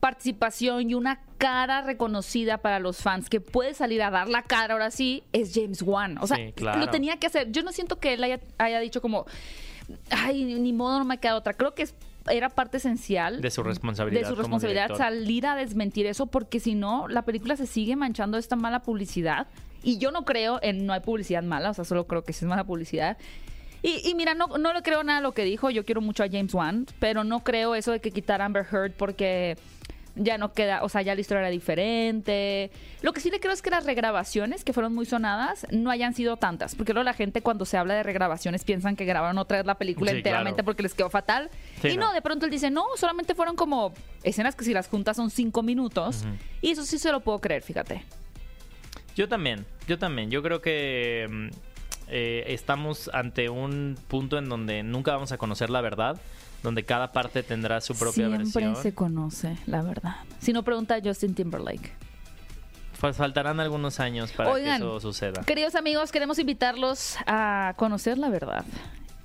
[SPEAKER 4] participación y una cara reconocida para los fans que puede salir a dar la cara ahora sí es James Wan. O sea,
[SPEAKER 3] Sí, claro.
[SPEAKER 4] lo tenía que hacer. Yo no siento que él haya, haya dicho como, ay, ni modo, no me queda otra. Creo que es- era parte esencial
[SPEAKER 3] De su responsabilidad
[SPEAKER 4] de su
[SPEAKER 3] como
[SPEAKER 4] responsabilidad
[SPEAKER 3] director.
[SPEAKER 4] salir a desmentir eso porque si no la película se sigue manchando de esta mala publicidad y yo no creo en no hay publicidad mala o sea solo creo que sí es mala publicidad y, y mira, no, no le creo nada a lo que dijo. Yo quiero mucho a James Wan, pero no creo eso de que quitar a Amber Heard porque ya no queda, o sea, ya la historia era diferente. Lo que sí le creo es que las regrabaciones, que fueron muy sonadas, no hayan sido tantas. Porque luego la gente cuando se habla de regrabaciones piensan que grabaron otra vez la película
[SPEAKER 3] Sí,
[SPEAKER 4] enteramente
[SPEAKER 3] claro.
[SPEAKER 4] porque les quedó fatal.
[SPEAKER 3] Sí,
[SPEAKER 4] y no,
[SPEAKER 3] no.
[SPEAKER 4] de pronto él dice, no, solamente fueron como escenas que si las juntas son cinco minutos.
[SPEAKER 3] Ujú.
[SPEAKER 4] Y eso sí se lo puedo creer, fíjate.
[SPEAKER 3] Yo también, yo también. Yo creo que mm, eh, estamos ante un punto en donde nunca vamos a conocer la verdad, donde cada parte tendrá su propia
[SPEAKER 4] Siempre
[SPEAKER 3] versión.
[SPEAKER 4] se conoce, la verdad. Si no, pregunta a Justin Timberlake.
[SPEAKER 3] Pues Faltarán algunos años para
[SPEAKER 4] Oigan,
[SPEAKER 3] que eso suceda.
[SPEAKER 4] Queridos amigos, queremos invitarlos a conocer la verdad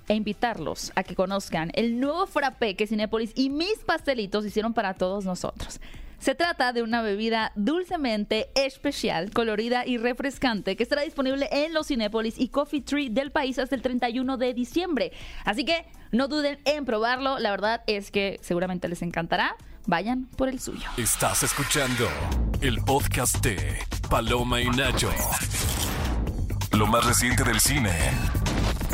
[SPEAKER 4] e invitarlos a que conozcan el nuevo frappé que Cinépolis y mis pastelitos hicieron para todos nosotros. Se trata de una bebida dulcemente especial, colorida y refrescante que estará disponible en los Cinépolis y Coffee Tree del país hasta el 31 de diciembre. Así que no duden en probarlo, la verdad es que seguramente les encantará. Vayan por el suyo.
[SPEAKER 2] Estás escuchando el podcast de Paloma y Nacho. Lo más reciente del cine.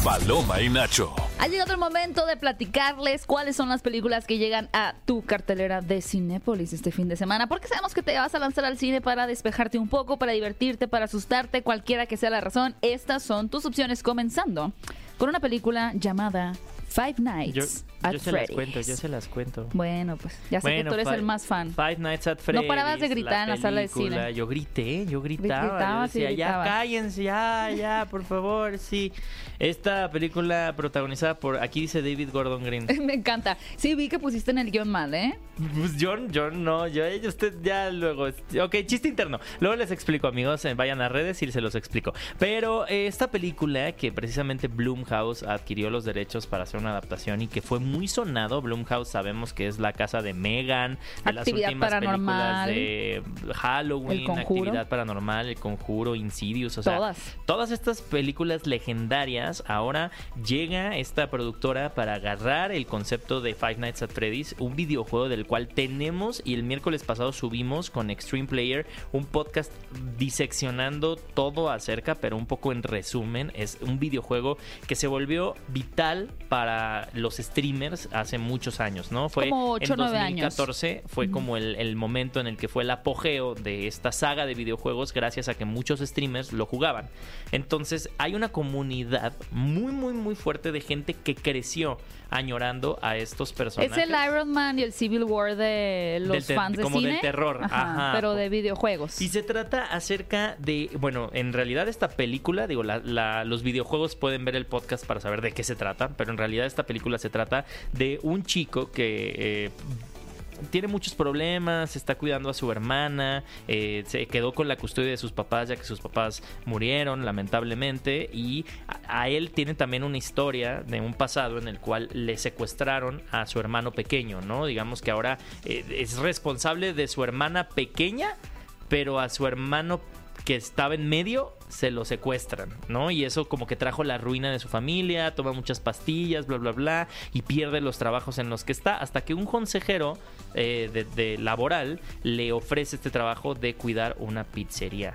[SPEAKER 2] Paloma y Nacho.
[SPEAKER 4] Ha llegado el momento de platicarles cuáles son las películas que llegan a tu cartelera de Cinépolis este fin de semana, porque sabemos que te vas a lanzar al cine para despejarte un poco, para divertirte, para asustarte, cualquiera que sea la razón. Estas son tus opciones, comenzando con una película llamada Five Nights
[SPEAKER 3] Yo,
[SPEAKER 4] at
[SPEAKER 3] yo se las
[SPEAKER 4] Freddy's.
[SPEAKER 3] cuento, yo se las cuento.
[SPEAKER 4] Bueno, pues ya sé que
[SPEAKER 3] Bueno,
[SPEAKER 4] tú eres
[SPEAKER 3] Five-
[SPEAKER 4] el más fan.
[SPEAKER 3] Five Nights at Freddy's.
[SPEAKER 4] parabas de gritar en la sala de cine.
[SPEAKER 3] película. Yo grité, yo gritaba. yo
[SPEAKER 4] Gritabas y
[SPEAKER 3] decía, ya
[SPEAKER 4] gritabas".
[SPEAKER 3] cállense, ya, ya, por favor, sí. Esta película protagonizada por, aquí dice David Gordon Green.
[SPEAKER 4] Me encanta. Sí, vi que pusiste en el guión mal, ¿eh?
[SPEAKER 3] Pues yo, yo no, yo, eh, usted ya luego. Ok, chiste interno. Luego les explico, amigos. eh, Vayan a redes y se los explico. Pero eh, esta película que precisamente Blumhouse adquirió los derechos para hacer una adaptación y que fue muy sonado. Blumhouse sabemos que es la casa de Megan, de las
[SPEAKER 4] Actividad
[SPEAKER 3] últimas
[SPEAKER 4] paranormal.
[SPEAKER 3] películas de Halloween,
[SPEAKER 4] El Conjuro.
[SPEAKER 3] actividad paranormal, el conjuro, Insidious, o sea,
[SPEAKER 4] Todas.
[SPEAKER 3] Todas estas películas legendarias, ahora llega esta productora para agarrar el concepto de Five Nights at Freddy's, un videojuego del cual tenemos y el miércoles pasado subimos con Extreme Player un podcast diseccionando todo acerca, pero un poco en resumen, es un videojuego que se volvió vital para los streamers hace muchos años, ¿no? Fue
[SPEAKER 4] Como ocho,
[SPEAKER 3] en
[SPEAKER 4] nueve años.
[SPEAKER 3] 2014 2014 fue como el, el momento en el que fue el apogeo de esta saga de videojuegos gracias a que muchos streamers lo jugaban. Entonces hay una comunidad muy muy muy fuerte de gente que creció añorando a estos personajes.
[SPEAKER 4] Es el Iron Man y el Civil War de
[SPEAKER 3] Del
[SPEAKER 4] los
[SPEAKER 3] ter-
[SPEAKER 4] fans de
[SPEAKER 3] como del
[SPEAKER 4] cine.
[SPEAKER 3] terror, ajá.
[SPEAKER 4] Pero de videojuegos.
[SPEAKER 3] Y se trata acerca de, bueno, en realidad esta película, digo, la- la- los videojuegos pueden ver el podcast para saber de qué se trata, pero en realidad esta película se trata de un chico que... eh, tiene muchos problemas, está cuidando a su hermana, eh, se quedó con la custodia de sus papás ya que sus papás murieron lamentablemente y a, a él tiene también una historia de un pasado en el cual le secuestraron a su hermano pequeño, ¿no? Digamos que ahora eh, es responsable de su hermana pequeña, pero a su hermano que estaba en medio se lo secuestran, ¿no? Y eso como que trajo la ruina de su familia, toma muchas pastillas, bla, bla, bla, y pierde los trabajos en los que está, hasta que un consejero eh, de, de laboral le ofrece este trabajo de cuidar una pizzería.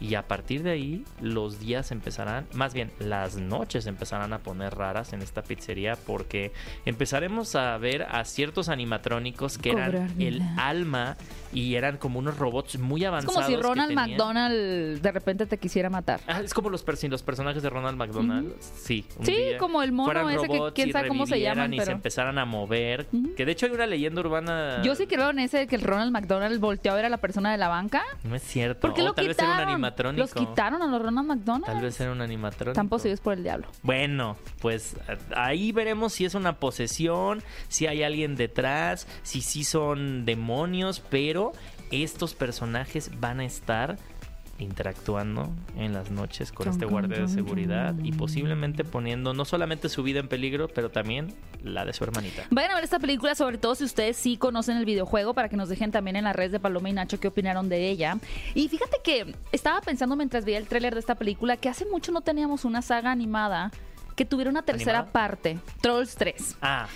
[SPEAKER 3] Y a partir de ahí, los días empezarán, más bien, las noches empezarán a poner raras en esta pizzería porque empezaremos a ver a ciertos animatrónicos que eran
[SPEAKER 4] Cobrar
[SPEAKER 3] el
[SPEAKER 4] vida.
[SPEAKER 3] alma y eran como unos robots muy
[SPEAKER 4] Es
[SPEAKER 3] avanzados.
[SPEAKER 4] como si
[SPEAKER 3] que
[SPEAKER 4] Ronald
[SPEAKER 3] tenían-
[SPEAKER 4] McDonald de repente te quisiera matar.
[SPEAKER 3] Ah, es como los, persi- los personajes de Ronald McDonald. Sí. un
[SPEAKER 4] Sí,
[SPEAKER 3] día
[SPEAKER 4] como el mono
[SPEAKER 3] fueran
[SPEAKER 4] ese que
[SPEAKER 3] robots
[SPEAKER 4] quién
[SPEAKER 3] y
[SPEAKER 4] sabe cómo se
[SPEAKER 3] revivieran
[SPEAKER 4] llaman,
[SPEAKER 3] Y se
[SPEAKER 4] pero-
[SPEAKER 3] empezaran a mover.
[SPEAKER 4] Ujú.
[SPEAKER 3] Que de hecho hay una leyenda urbana.
[SPEAKER 4] Yo sí creo en ese de que el Ronald McDonald volteó a ver a la persona de la banca.
[SPEAKER 3] No es cierto.
[SPEAKER 4] ¿Por qué
[SPEAKER 3] O
[SPEAKER 4] lo
[SPEAKER 3] tal vez era un
[SPEAKER 4] quitaron?
[SPEAKER 3] animatrónico.
[SPEAKER 4] Los quitaron a los Ronald McDonald.
[SPEAKER 3] Tal vez era un animatrónico.
[SPEAKER 4] Están poseídos por el diablo.
[SPEAKER 3] Bueno, pues a- ahí veremos si es una posesión, si hay alguien detrás, si sí son demonios, pero estos personajes van a estar interactuando en las noches con
[SPEAKER 4] Chon,
[SPEAKER 3] este
[SPEAKER 4] chon,
[SPEAKER 3] guardia de
[SPEAKER 4] chon,
[SPEAKER 3] seguridad
[SPEAKER 4] chon.
[SPEAKER 3] y posiblemente poniendo no solamente su vida en peligro, pero también la de su hermanita.
[SPEAKER 4] Vayan a ver esta película, sobre todo si ustedes sí conocen el videojuego, para que nos dejen también en las redes de Paloma y Nacho qué opinaron de ella. Y fíjate que estaba pensando mientras veía el tráiler de esta película que hace mucho no teníamos una saga animada que tuviera una tercera
[SPEAKER 3] ¿Animada?
[SPEAKER 4] parte, Trolls 3.
[SPEAKER 3] Ah,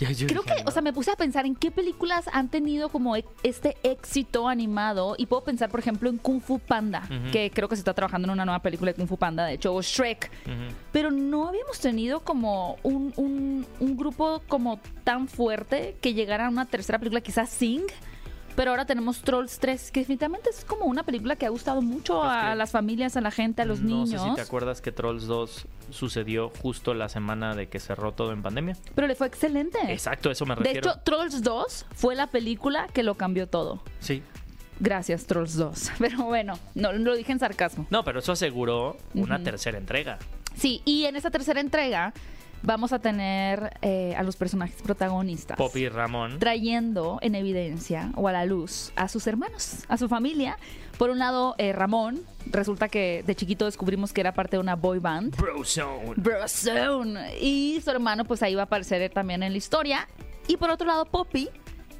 [SPEAKER 3] ya yo
[SPEAKER 4] Creo
[SPEAKER 3] dije,
[SPEAKER 4] que,
[SPEAKER 3] ¿no?
[SPEAKER 4] o sea, me puse a pensar en qué películas han tenido como e- este éxito animado y puedo pensar, por ejemplo, en Kung Fu Panda,
[SPEAKER 3] Ujú.
[SPEAKER 4] que creo que se está trabajando en una nueva película de Kung Fu Panda, de hecho, o Shrek,
[SPEAKER 3] Ujú.
[SPEAKER 4] pero no habíamos tenido como un, un- un grupo como tan fuerte que llegara a una tercera película, quizás Sing, pero ahora tenemos Trolls 3, que definitivamente es como una película que ha gustado mucho
[SPEAKER 3] Pues
[SPEAKER 4] a
[SPEAKER 3] que-
[SPEAKER 4] las familias, a la gente, a los
[SPEAKER 3] no
[SPEAKER 4] niños.
[SPEAKER 3] sé si te acuerdas que Trolls 2 sucedió justo la semana de que cerró todo en pandemia.
[SPEAKER 4] pero le fue excelente.
[SPEAKER 3] Exacto, eso me
[SPEAKER 4] Eh. De
[SPEAKER 3] refiero.
[SPEAKER 4] hecho, Trolls 2 fue la película que lo cambió todo.
[SPEAKER 3] sí.
[SPEAKER 4] Gracias, Trolls 2. Pero bueno, no lo dije en sarcasmo.
[SPEAKER 3] No, pero eso aseguró una
[SPEAKER 4] Ujú.
[SPEAKER 3] tercera entrega.
[SPEAKER 4] Sí, y en esta tercera entrega vamos a tener eh, a los personajes protagonistas.
[SPEAKER 3] Poppy y Ramón.
[SPEAKER 4] trayendo en evidencia o a la luz a sus hermanos, a su familia. Por un lado, eh, Ramón, resulta que de chiquito descubrimos que era parte de una boy band.
[SPEAKER 3] Bro Zone.
[SPEAKER 4] Brozone. Y su hermano, pues ahí va a aparecer también en la historia. Y por otro lado, Poppy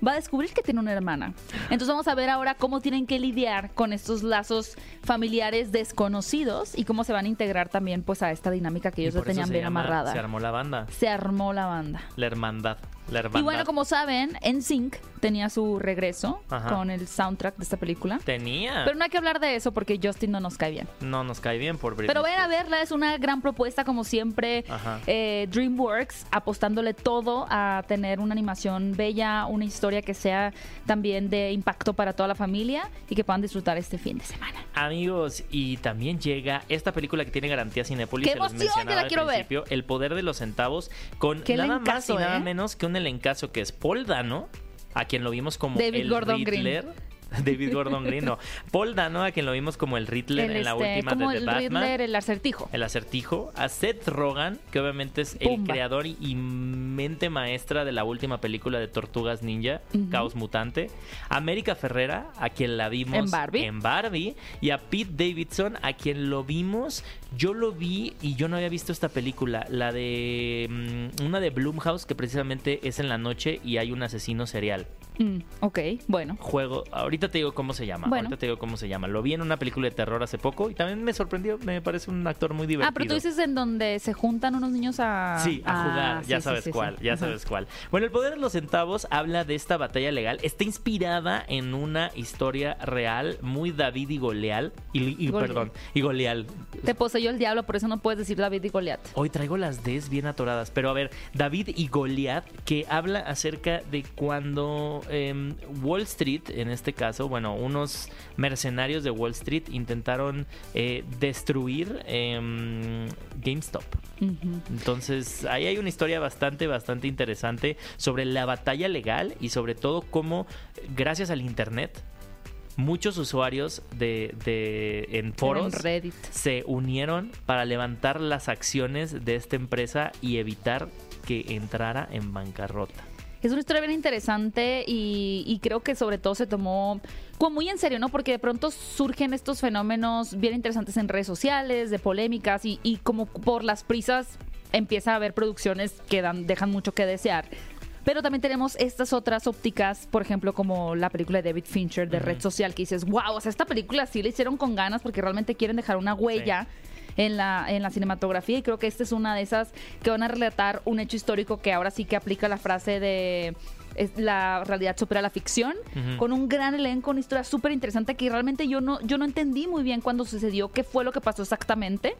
[SPEAKER 4] va a descubrir que tiene una hermana. Entonces vamos a ver ahora cómo tienen que lidiar con estos lazos familiares desconocidos y cómo se van a integrar también pues a esta dinámica que
[SPEAKER 3] Y
[SPEAKER 4] ellos ya
[SPEAKER 3] por eso
[SPEAKER 4] tenían
[SPEAKER 3] se
[SPEAKER 4] bien
[SPEAKER 3] llama-
[SPEAKER 4] amarrada.
[SPEAKER 3] Se armó la banda.
[SPEAKER 4] se armó la banda.
[SPEAKER 3] La hermandad. La hermandad.
[SPEAKER 4] Y bueno, como saben, en Sync tenía su regreso
[SPEAKER 3] Ajá. Ah.
[SPEAKER 4] con el soundtrack de esta película.
[SPEAKER 3] Tenía.
[SPEAKER 4] Pero no hay que hablar de eso porque Justin no nos cae bien.
[SPEAKER 3] No nos cae bien por Britney.
[SPEAKER 4] Pero vayan a verla, es una gran propuesta como siempre.
[SPEAKER 3] Ajá.
[SPEAKER 4] eh, DreamWorks apostándole todo a tener una animación bella, una historia que sea también de impacto para toda la familia y que puedan disfrutar este fin de semana.
[SPEAKER 3] Amigos, y también llega esta película que tiene garantía Cinépolis.
[SPEAKER 4] ¡Qué
[SPEAKER 3] se los
[SPEAKER 4] emoción!
[SPEAKER 3] mencionaba
[SPEAKER 4] Ya la
[SPEAKER 3] al
[SPEAKER 4] quiero ver.
[SPEAKER 3] principio, El poder de los centavos con
[SPEAKER 4] ¡Qué
[SPEAKER 3] nada más
[SPEAKER 4] elencazo,
[SPEAKER 3] y nada
[SPEAKER 4] eh!
[SPEAKER 3] menos que un elencazo que es Paul Dano, a quien lo vimos como
[SPEAKER 4] David
[SPEAKER 3] el
[SPEAKER 4] Gordon Green.
[SPEAKER 3] Riddler. David Gordon Green, no. Paul Dano, a quien lo vimos como el Riddler en la
[SPEAKER 4] este,
[SPEAKER 3] última
[SPEAKER 4] como
[SPEAKER 3] de The
[SPEAKER 4] el
[SPEAKER 3] Batman.
[SPEAKER 4] Riddler, el acertijo.
[SPEAKER 3] El acertijo. A Seth Rogen, que obviamente es el
[SPEAKER 4] Pumba.
[SPEAKER 3] creador y- y mente maestra de la última película de Tortugas Ninja,
[SPEAKER 4] Ujú.
[SPEAKER 3] Caos Mutante. A América Ferrera, a quien la vimos
[SPEAKER 4] En Barbie.
[SPEAKER 3] en Barbie. Y a Pete Davidson, a quien lo vimos. Yo lo vi y yo no había visto esta película. La de. mm, Una de Bloomhouse, que precisamente es en la noche y hay un asesino serial
[SPEAKER 4] Mm, ok, bueno.
[SPEAKER 3] juego. Ahorita te digo cómo se llama.
[SPEAKER 4] Bueno.
[SPEAKER 3] Ahorita te digo cómo se llama. Lo vi en una película de terror hace poco y también me sorprendió. Me parece un actor muy divertido.
[SPEAKER 4] Ah, pero tú dices en donde se juntan unos niños a...
[SPEAKER 3] Sí, a
[SPEAKER 4] Ah,
[SPEAKER 3] jugar, ya
[SPEAKER 4] sí, sí,
[SPEAKER 3] sabes
[SPEAKER 4] sí, sí.
[SPEAKER 3] cuál, ya
[SPEAKER 4] Ajá.
[SPEAKER 3] sabes cuál. Bueno, El Poder de los Centavos habla de esta batalla legal, está inspirada en una historia real, muy David y Goleal, y, y-
[SPEAKER 4] Golial.
[SPEAKER 3] perdón, y Goleal.
[SPEAKER 4] Te poseyó el diablo, por eso no puedes decir David y Goliat.
[SPEAKER 3] Hoy traigo las Ds bien atoradas, pero a ver, David y Goliat, que habla acerca de cuando em, Wall Street, en este caso, bueno, unos mercenarios de Wall Street intentaron eh, destruir em, GameStop. Entonces, ahí hay una historia bastante, bastante interesante sobre la batalla legal y sobre todo cómo, gracias al Internet, muchos usuarios de, de- en foros
[SPEAKER 4] En Reddit.
[SPEAKER 3] se unieron para levantar las acciones de esta empresa y evitar que entrara en bancarrota.
[SPEAKER 4] Es una historia bien interesante y, y creo que sobre todo se tomó como muy en serio, ¿no? Porque de pronto surgen estos fenómenos bien interesantes en redes sociales, de polémicas y, y como por las prisas empieza a haber producciones que dan- dejan mucho que desear. Pero también tenemos estas otras ópticas, por ejemplo, como la película de David Fincher de Red Social, que dices, wow, o sea, esta película sí la hicieron con ganas porque realmente quieren dejar una huella en la, en la cinematografía y creo que esta es una de esas que van a relatar un hecho histórico que ahora sí que aplica la frase de es la realidad supera la ficción
[SPEAKER 3] Ujú.
[SPEAKER 4] con un gran elenco, una historia súper interesante que realmente yo no, yo no entendí muy bien cuando sucedió qué fue lo que pasó exactamente,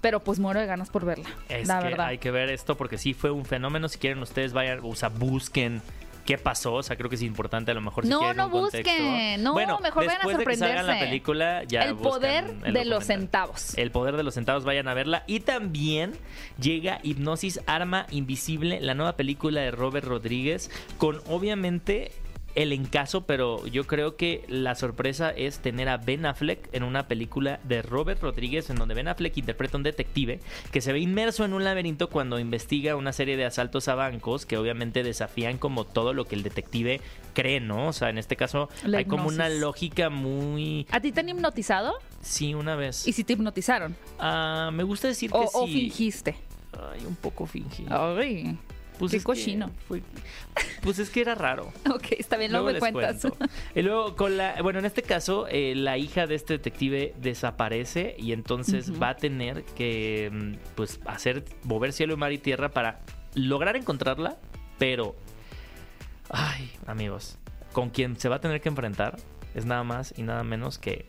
[SPEAKER 4] pero pues muero de ganas por verla,
[SPEAKER 3] Es
[SPEAKER 4] la
[SPEAKER 3] que
[SPEAKER 4] verdad.
[SPEAKER 3] hay que ver esto porque sí fue un fenómeno. Si quieren ustedes vayan, o sea, busquen qué pasó. O sea, creo que es importante a lo mejor si
[SPEAKER 4] No,
[SPEAKER 3] quieren
[SPEAKER 4] no
[SPEAKER 3] un contexto.
[SPEAKER 4] busquen. No,
[SPEAKER 3] Bueno,
[SPEAKER 4] mejor vayan a
[SPEAKER 3] después de que salga la
[SPEAKER 4] sorprenderse.
[SPEAKER 3] película, ya
[SPEAKER 4] el
[SPEAKER 3] buscan
[SPEAKER 4] poder
[SPEAKER 3] el
[SPEAKER 4] de
[SPEAKER 3] documental.
[SPEAKER 4] los
[SPEAKER 3] Eh.
[SPEAKER 4] centavos.
[SPEAKER 3] El poder de los centavos, vayan a verla. Y también llega Hipnosis Arma Invisible, la nueva película de Robert Rodríguez, con obviamente el encaso, pero yo creo que la sorpresa es tener a Ben Affleck en una película de Robert Rodríguez, en donde Ben Affleck interpreta a un detective que se ve inmerso en un laberinto cuando investiga una serie de asaltos a bancos que obviamente desafían como todo lo que el detective cree, ¿no? O sea, en este caso
[SPEAKER 4] La
[SPEAKER 3] hay como una
[SPEAKER 4] hipnosis.
[SPEAKER 3] lógica muy...
[SPEAKER 4] ¿A ti te han hipnotizado?
[SPEAKER 3] Sí, una vez.
[SPEAKER 4] ¿Y si te hipnotizaron?
[SPEAKER 3] Ah, me gusta decir
[SPEAKER 4] ¿O,
[SPEAKER 3] que
[SPEAKER 4] o
[SPEAKER 3] sí.
[SPEAKER 4] fingiste?
[SPEAKER 3] Ay, un poco fingí.
[SPEAKER 4] Ay,
[SPEAKER 3] pues
[SPEAKER 4] qué
[SPEAKER 3] es que
[SPEAKER 4] cochino.
[SPEAKER 3] fue- pues es que era raro.
[SPEAKER 4] Ok, está bien, luego me
[SPEAKER 3] les
[SPEAKER 4] cuentas.
[SPEAKER 3] cuento. Y luego con la, bueno, en este caso eh, la hija de este detective desaparece y entonces
[SPEAKER 4] Ujú.
[SPEAKER 3] va a tener que mm, pues hacer mover cielo, mar y tierra para lograr encontrarla, pero ay, amigos, con quien se va a tener que enfrentar es nada más y nada menos que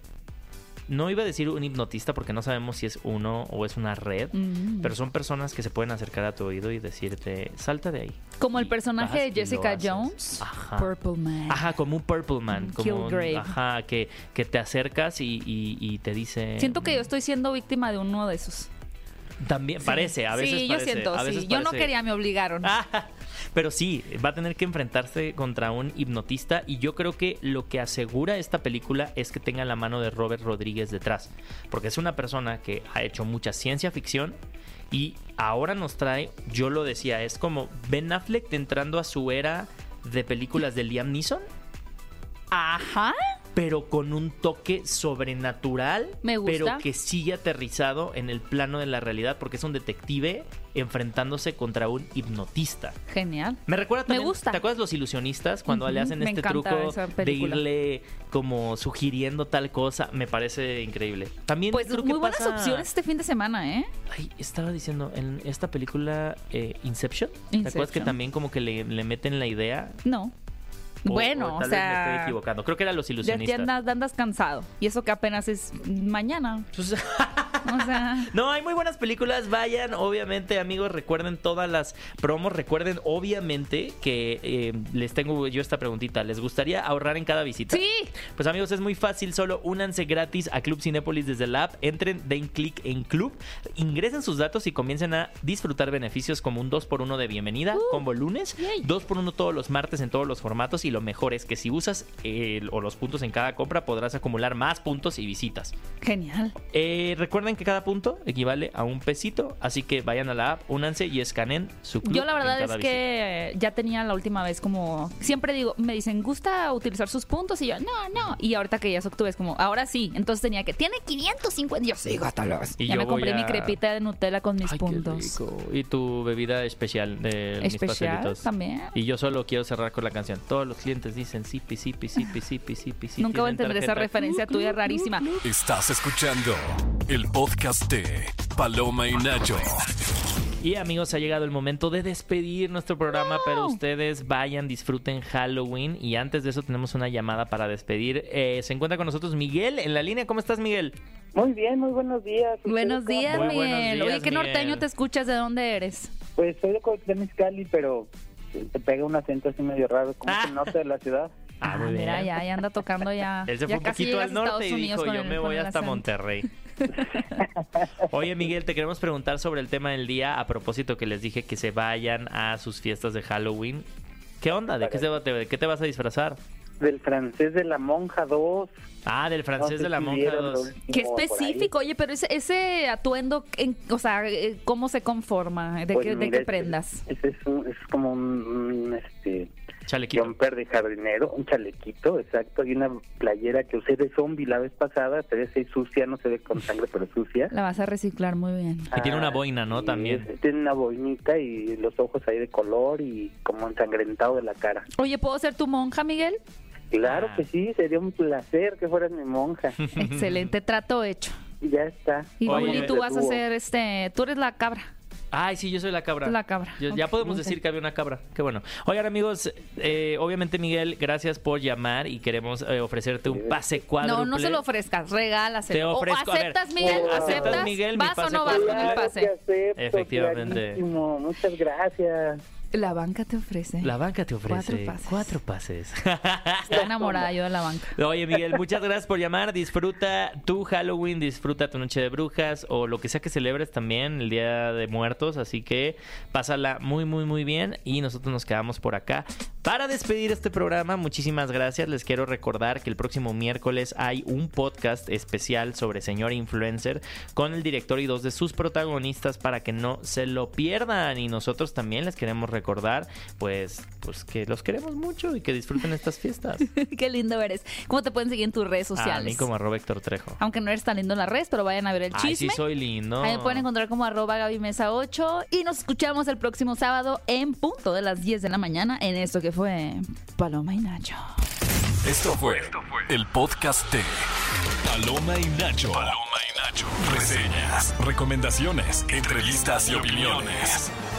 [SPEAKER 3] no iba a decir un hipnotista porque no sabemos si es uno o es una red,
[SPEAKER 4] Mm.
[SPEAKER 3] pero son personas que se pueden acercar a tu oído y decirte, salta de ahí.
[SPEAKER 4] Como el
[SPEAKER 3] Y
[SPEAKER 4] personaje
[SPEAKER 3] vas
[SPEAKER 4] de
[SPEAKER 3] y lo
[SPEAKER 4] Jessica
[SPEAKER 3] haces.
[SPEAKER 4] Jones,
[SPEAKER 3] Ajá.
[SPEAKER 4] Purple Man.
[SPEAKER 3] Ajá, como un Purple Man.
[SPEAKER 4] Mm,
[SPEAKER 3] Como un-
[SPEAKER 4] Kilgrave.
[SPEAKER 3] ajá, que, que te acercas y, y- y te dice.
[SPEAKER 4] Siento que yo estoy siendo víctima de uno de esos.
[SPEAKER 3] También parece, a veces
[SPEAKER 4] sí,
[SPEAKER 3] parece,
[SPEAKER 4] yo siento,
[SPEAKER 3] a veces
[SPEAKER 4] sí. Yo no
[SPEAKER 3] parece.
[SPEAKER 4] quería, me obligaron.
[SPEAKER 3] Ah, Pero sí, va a tener que enfrentarse contra un hipnotista y yo creo que lo que asegura esta película es que tenga la mano de Robert Rodríguez detrás, porque es una persona que ha hecho mucha ciencia ficción y ahora nos trae, yo lo decía, es como Ben Affleck entrando a su era de películas de Liam Neeson,
[SPEAKER 4] Ajá.
[SPEAKER 3] pero con un toque sobrenatural,
[SPEAKER 4] Me gusta.
[SPEAKER 3] pero que sigue aterrizado en el plano de la realidad porque es un detective enfrentándose contra un hipnotista.
[SPEAKER 4] Genial.
[SPEAKER 3] Me recuerda
[SPEAKER 4] Me
[SPEAKER 3] también,
[SPEAKER 4] gusta.
[SPEAKER 3] ¿te acuerdas los ilusionistas cuando le
[SPEAKER 4] Ujú,
[SPEAKER 3] hacen
[SPEAKER 4] me
[SPEAKER 3] este
[SPEAKER 4] encanta
[SPEAKER 3] truco
[SPEAKER 4] esa
[SPEAKER 3] de
[SPEAKER 4] película.
[SPEAKER 3] irle como sugiriendo tal cosa? Me parece increíble. También
[SPEAKER 4] Pues
[SPEAKER 3] creo
[SPEAKER 4] muy
[SPEAKER 3] que
[SPEAKER 4] buenas
[SPEAKER 3] pasa-
[SPEAKER 4] opciones este fin de semana, ¿eh?
[SPEAKER 3] Ay, estaba diciendo, en esta película eh, Inception, ¿te acuerdas que
[SPEAKER 4] Inception.
[SPEAKER 3] también como que le, le meten la idea?
[SPEAKER 4] No.
[SPEAKER 3] O-
[SPEAKER 4] bueno, o,
[SPEAKER 3] tal vez me estoy
[SPEAKER 4] sea.
[SPEAKER 3] equivocando. Creo que eran los
[SPEAKER 4] Ya, ya
[SPEAKER 3] ilusionistas.
[SPEAKER 4] andas, andas cansado. Y eso que apenas es mañana.
[SPEAKER 3] Entonces-
[SPEAKER 4] O sea.
[SPEAKER 3] No, hay muy buenas películas. Vayan, obviamente, amigos, recuerden todas las promos. Recuerden, obviamente, que eh, les tengo yo esta preguntita. ¿Les gustaría ahorrar en cada visita?
[SPEAKER 4] sí.
[SPEAKER 3] Pues amigos, es muy fácil, solo únanse gratis a Club Cinépolis desde la app, entren, den clic en Club, ingresen sus datos y comiencen a disfrutar beneficios como un 2x1 de bienvenida, combo lunes,
[SPEAKER 4] Uh, Yay.
[SPEAKER 3] 2x1 todos los martes en todos los formatos y lo mejor es que si usas el- o los puntos en cada compra podrás acumular más puntos y visitas.
[SPEAKER 4] Genial.
[SPEAKER 3] Eh, recuerden que cada punto equivale a un pesito, así que vayan a la app, únanse y escanen su club.
[SPEAKER 4] Yo la verdad
[SPEAKER 3] en
[SPEAKER 4] es
[SPEAKER 3] cada
[SPEAKER 4] que eh, ya tenía la última vez como siempre digo, me dicen, "Gusta utilizar sus puntos" y yo, "No, no." Y ahorita que ya es octubre es como, "Ahora sí." Entonces tenía que tiene 550. Yo sí, gátalos.
[SPEAKER 3] Y
[SPEAKER 4] Ya
[SPEAKER 3] yo
[SPEAKER 4] me compré
[SPEAKER 3] voy
[SPEAKER 4] mi
[SPEAKER 3] a-
[SPEAKER 4] crepita de Nutella con mis
[SPEAKER 3] Ay, qué
[SPEAKER 4] puntos.
[SPEAKER 3] rico. Y tu bebida especial de mis
[SPEAKER 4] Especial
[SPEAKER 3] pastelitos.
[SPEAKER 4] también.
[SPEAKER 3] Y yo solo quiero cerrar con la canción. Todos los clientes dicen sipi, sipi, sipi, sipi, sipi, sipi.
[SPEAKER 4] Nunca voy a entender esa referencia tuya rarísima.
[SPEAKER 2] Estás escuchando el podcast de Paloma y Nacho.
[SPEAKER 3] Y amigos, ha llegado el momento de despedir nuestro programa, pero ustedes vayan, disfruten Halloween. Y antes de eso tenemos una llamada para despedir. Eh, se encuentra con nosotros Miguel en la línea. ¿Cómo estás, Miguel?
[SPEAKER 5] Muy bien, muy buenos días.
[SPEAKER 4] Buenos
[SPEAKER 5] ¿Ustedes
[SPEAKER 4] días,
[SPEAKER 5] cómo
[SPEAKER 3] Muy
[SPEAKER 5] andan?
[SPEAKER 3] buenos
[SPEAKER 4] Miguel.
[SPEAKER 3] días,
[SPEAKER 4] Oye, qué norteño
[SPEAKER 3] Miguel.
[SPEAKER 4] te escuchas, ¿de dónde eres?
[SPEAKER 5] Pues soy de Coyotlán, Mexicali, pero te pega un acento así medio raro, como
[SPEAKER 4] Ah.
[SPEAKER 5] es el norte de la ciudad.
[SPEAKER 3] Ah, muy bien.
[SPEAKER 4] mira, ya, ya anda tocando ya.
[SPEAKER 3] Él se
[SPEAKER 4] ya
[SPEAKER 3] fue un
[SPEAKER 4] casi
[SPEAKER 3] poquito
[SPEAKER 4] llegas
[SPEAKER 3] al
[SPEAKER 4] a Estados
[SPEAKER 3] norte y
[SPEAKER 4] Unidos
[SPEAKER 3] dijo,
[SPEAKER 4] con
[SPEAKER 3] yo
[SPEAKER 4] el-
[SPEAKER 3] me
[SPEAKER 4] con
[SPEAKER 3] voy
[SPEAKER 4] el
[SPEAKER 3] hasta
[SPEAKER 4] acento".
[SPEAKER 3] Monterrey. Oye, Miguel, te queremos preguntar sobre el tema del día a propósito que les dije que se vayan a sus fiestas de Halloween. ¿Qué onda? ¿De qué, se va- te, de qué te vas a disfrazar?
[SPEAKER 5] Del francés de la monja 2.
[SPEAKER 3] Ah, del francés de la monja 2.
[SPEAKER 4] Qué específico, oye, pero ese, ese atuendo, en- o sea, eh, ¿cómo se conforma?
[SPEAKER 3] Pues
[SPEAKER 4] ¿De, qué, de qué prendas?
[SPEAKER 5] Ese Pues es, un- es como un, un, este,
[SPEAKER 3] Chalequito.
[SPEAKER 5] jumper de jardinero, un chalequito, exacto, y una playera que usé de zombie la vez pasada, se ve así sucia, no se ve con sangre, pero sucia.
[SPEAKER 4] La vas a reciclar muy bien.
[SPEAKER 3] Y tiene una
[SPEAKER 5] Ah,
[SPEAKER 3] boina, ¿no?
[SPEAKER 5] sí,
[SPEAKER 3] También.
[SPEAKER 5] Tiene una boinita y los ojos ahí de color y como ensangrentado de la cara.
[SPEAKER 4] Oye, ¿puedo ser tu monja, Miguel?
[SPEAKER 5] Claro
[SPEAKER 3] Ah.
[SPEAKER 5] que sí, sería un placer que fueras mi monja.
[SPEAKER 4] Excelente, trato hecho.
[SPEAKER 5] Y ya está.
[SPEAKER 4] Y
[SPEAKER 3] Oye.
[SPEAKER 4] Raúl, y tú
[SPEAKER 5] Te
[SPEAKER 4] vas a
[SPEAKER 5] tuvo.
[SPEAKER 4] ser, este, tú eres la cabra.
[SPEAKER 3] Ay, sí, yo soy la cabra.
[SPEAKER 4] La cabra.
[SPEAKER 3] Yo-
[SPEAKER 4] Ok,
[SPEAKER 3] ya podemos
[SPEAKER 4] muy
[SPEAKER 3] decir
[SPEAKER 4] bien.
[SPEAKER 3] que había una cabra. Qué bueno. Oigan, amigos, eh, obviamente, Miguel, gracias por llamar y queremos eh, ofrecerte un pase cuadro.
[SPEAKER 4] No, no se lo ofrezcas, regálaselo.
[SPEAKER 3] Te
[SPEAKER 4] O-
[SPEAKER 3] ofrezco,
[SPEAKER 4] o
[SPEAKER 3] a ver,
[SPEAKER 4] aceptas, Miguel,
[SPEAKER 5] ¿aceptas,
[SPEAKER 4] aceptas,
[SPEAKER 3] Miguel, mi
[SPEAKER 4] vas o
[SPEAKER 3] pase
[SPEAKER 4] no vas
[SPEAKER 3] cuádruple?
[SPEAKER 4] con el
[SPEAKER 5] Claro que
[SPEAKER 4] pase.
[SPEAKER 5] acepto,
[SPEAKER 3] Efectivamente.
[SPEAKER 5] clarísimo. Muchas gracias.
[SPEAKER 4] La banca te ofrece.
[SPEAKER 3] La banca te ofrece
[SPEAKER 4] Cuatro pases.
[SPEAKER 3] Cuatro pases.
[SPEAKER 4] Está enamorada yo de la banca.
[SPEAKER 3] Oye, Miguel, muchas gracias por llamar. Disfruta tu Halloween, disfruta tu noche de brujas o lo que sea que celebres también, el Día de Muertos. Así que pásala muy, muy, muy bien. Y nosotros nos quedamos por acá. Para despedir este programa, muchísimas gracias. Les quiero recordar que el próximo miércoles hay un podcast especial sobre Señor Influencer con el director y dos de sus protagonistas para que no se lo pierdan. Y nosotros también les queremos recordar, pues, pues que los queremos mucho y que disfruten estas fiestas.
[SPEAKER 4] Qué lindo eres. ¿Cómo te pueden seguir en tus redes
[SPEAKER 3] Ah, A mí
[SPEAKER 4] sociales?
[SPEAKER 3] como arroba Héctor Trejo.
[SPEAKER 4] Aunque no eres tan lindo en las redes, pero vayan a ver el
[SPEAKER 3] Ay, sí
[SPEAKER 4] chisme.
[SPEAKER 3] soy lindo.
[SPEAKER 4] Ahí me pueden encontrar como arroba Gaby Mesa 8 y nos escuchamos el próximo sábado en punto de las 10 de la mañana en esto que fue Paloma y Nacho.
[SPEAKER 2] Esto fue el podcast de Paloma y Nacho. Paloma y Nacho. Reseñas, recomendaciones, entrevistas y opiniones.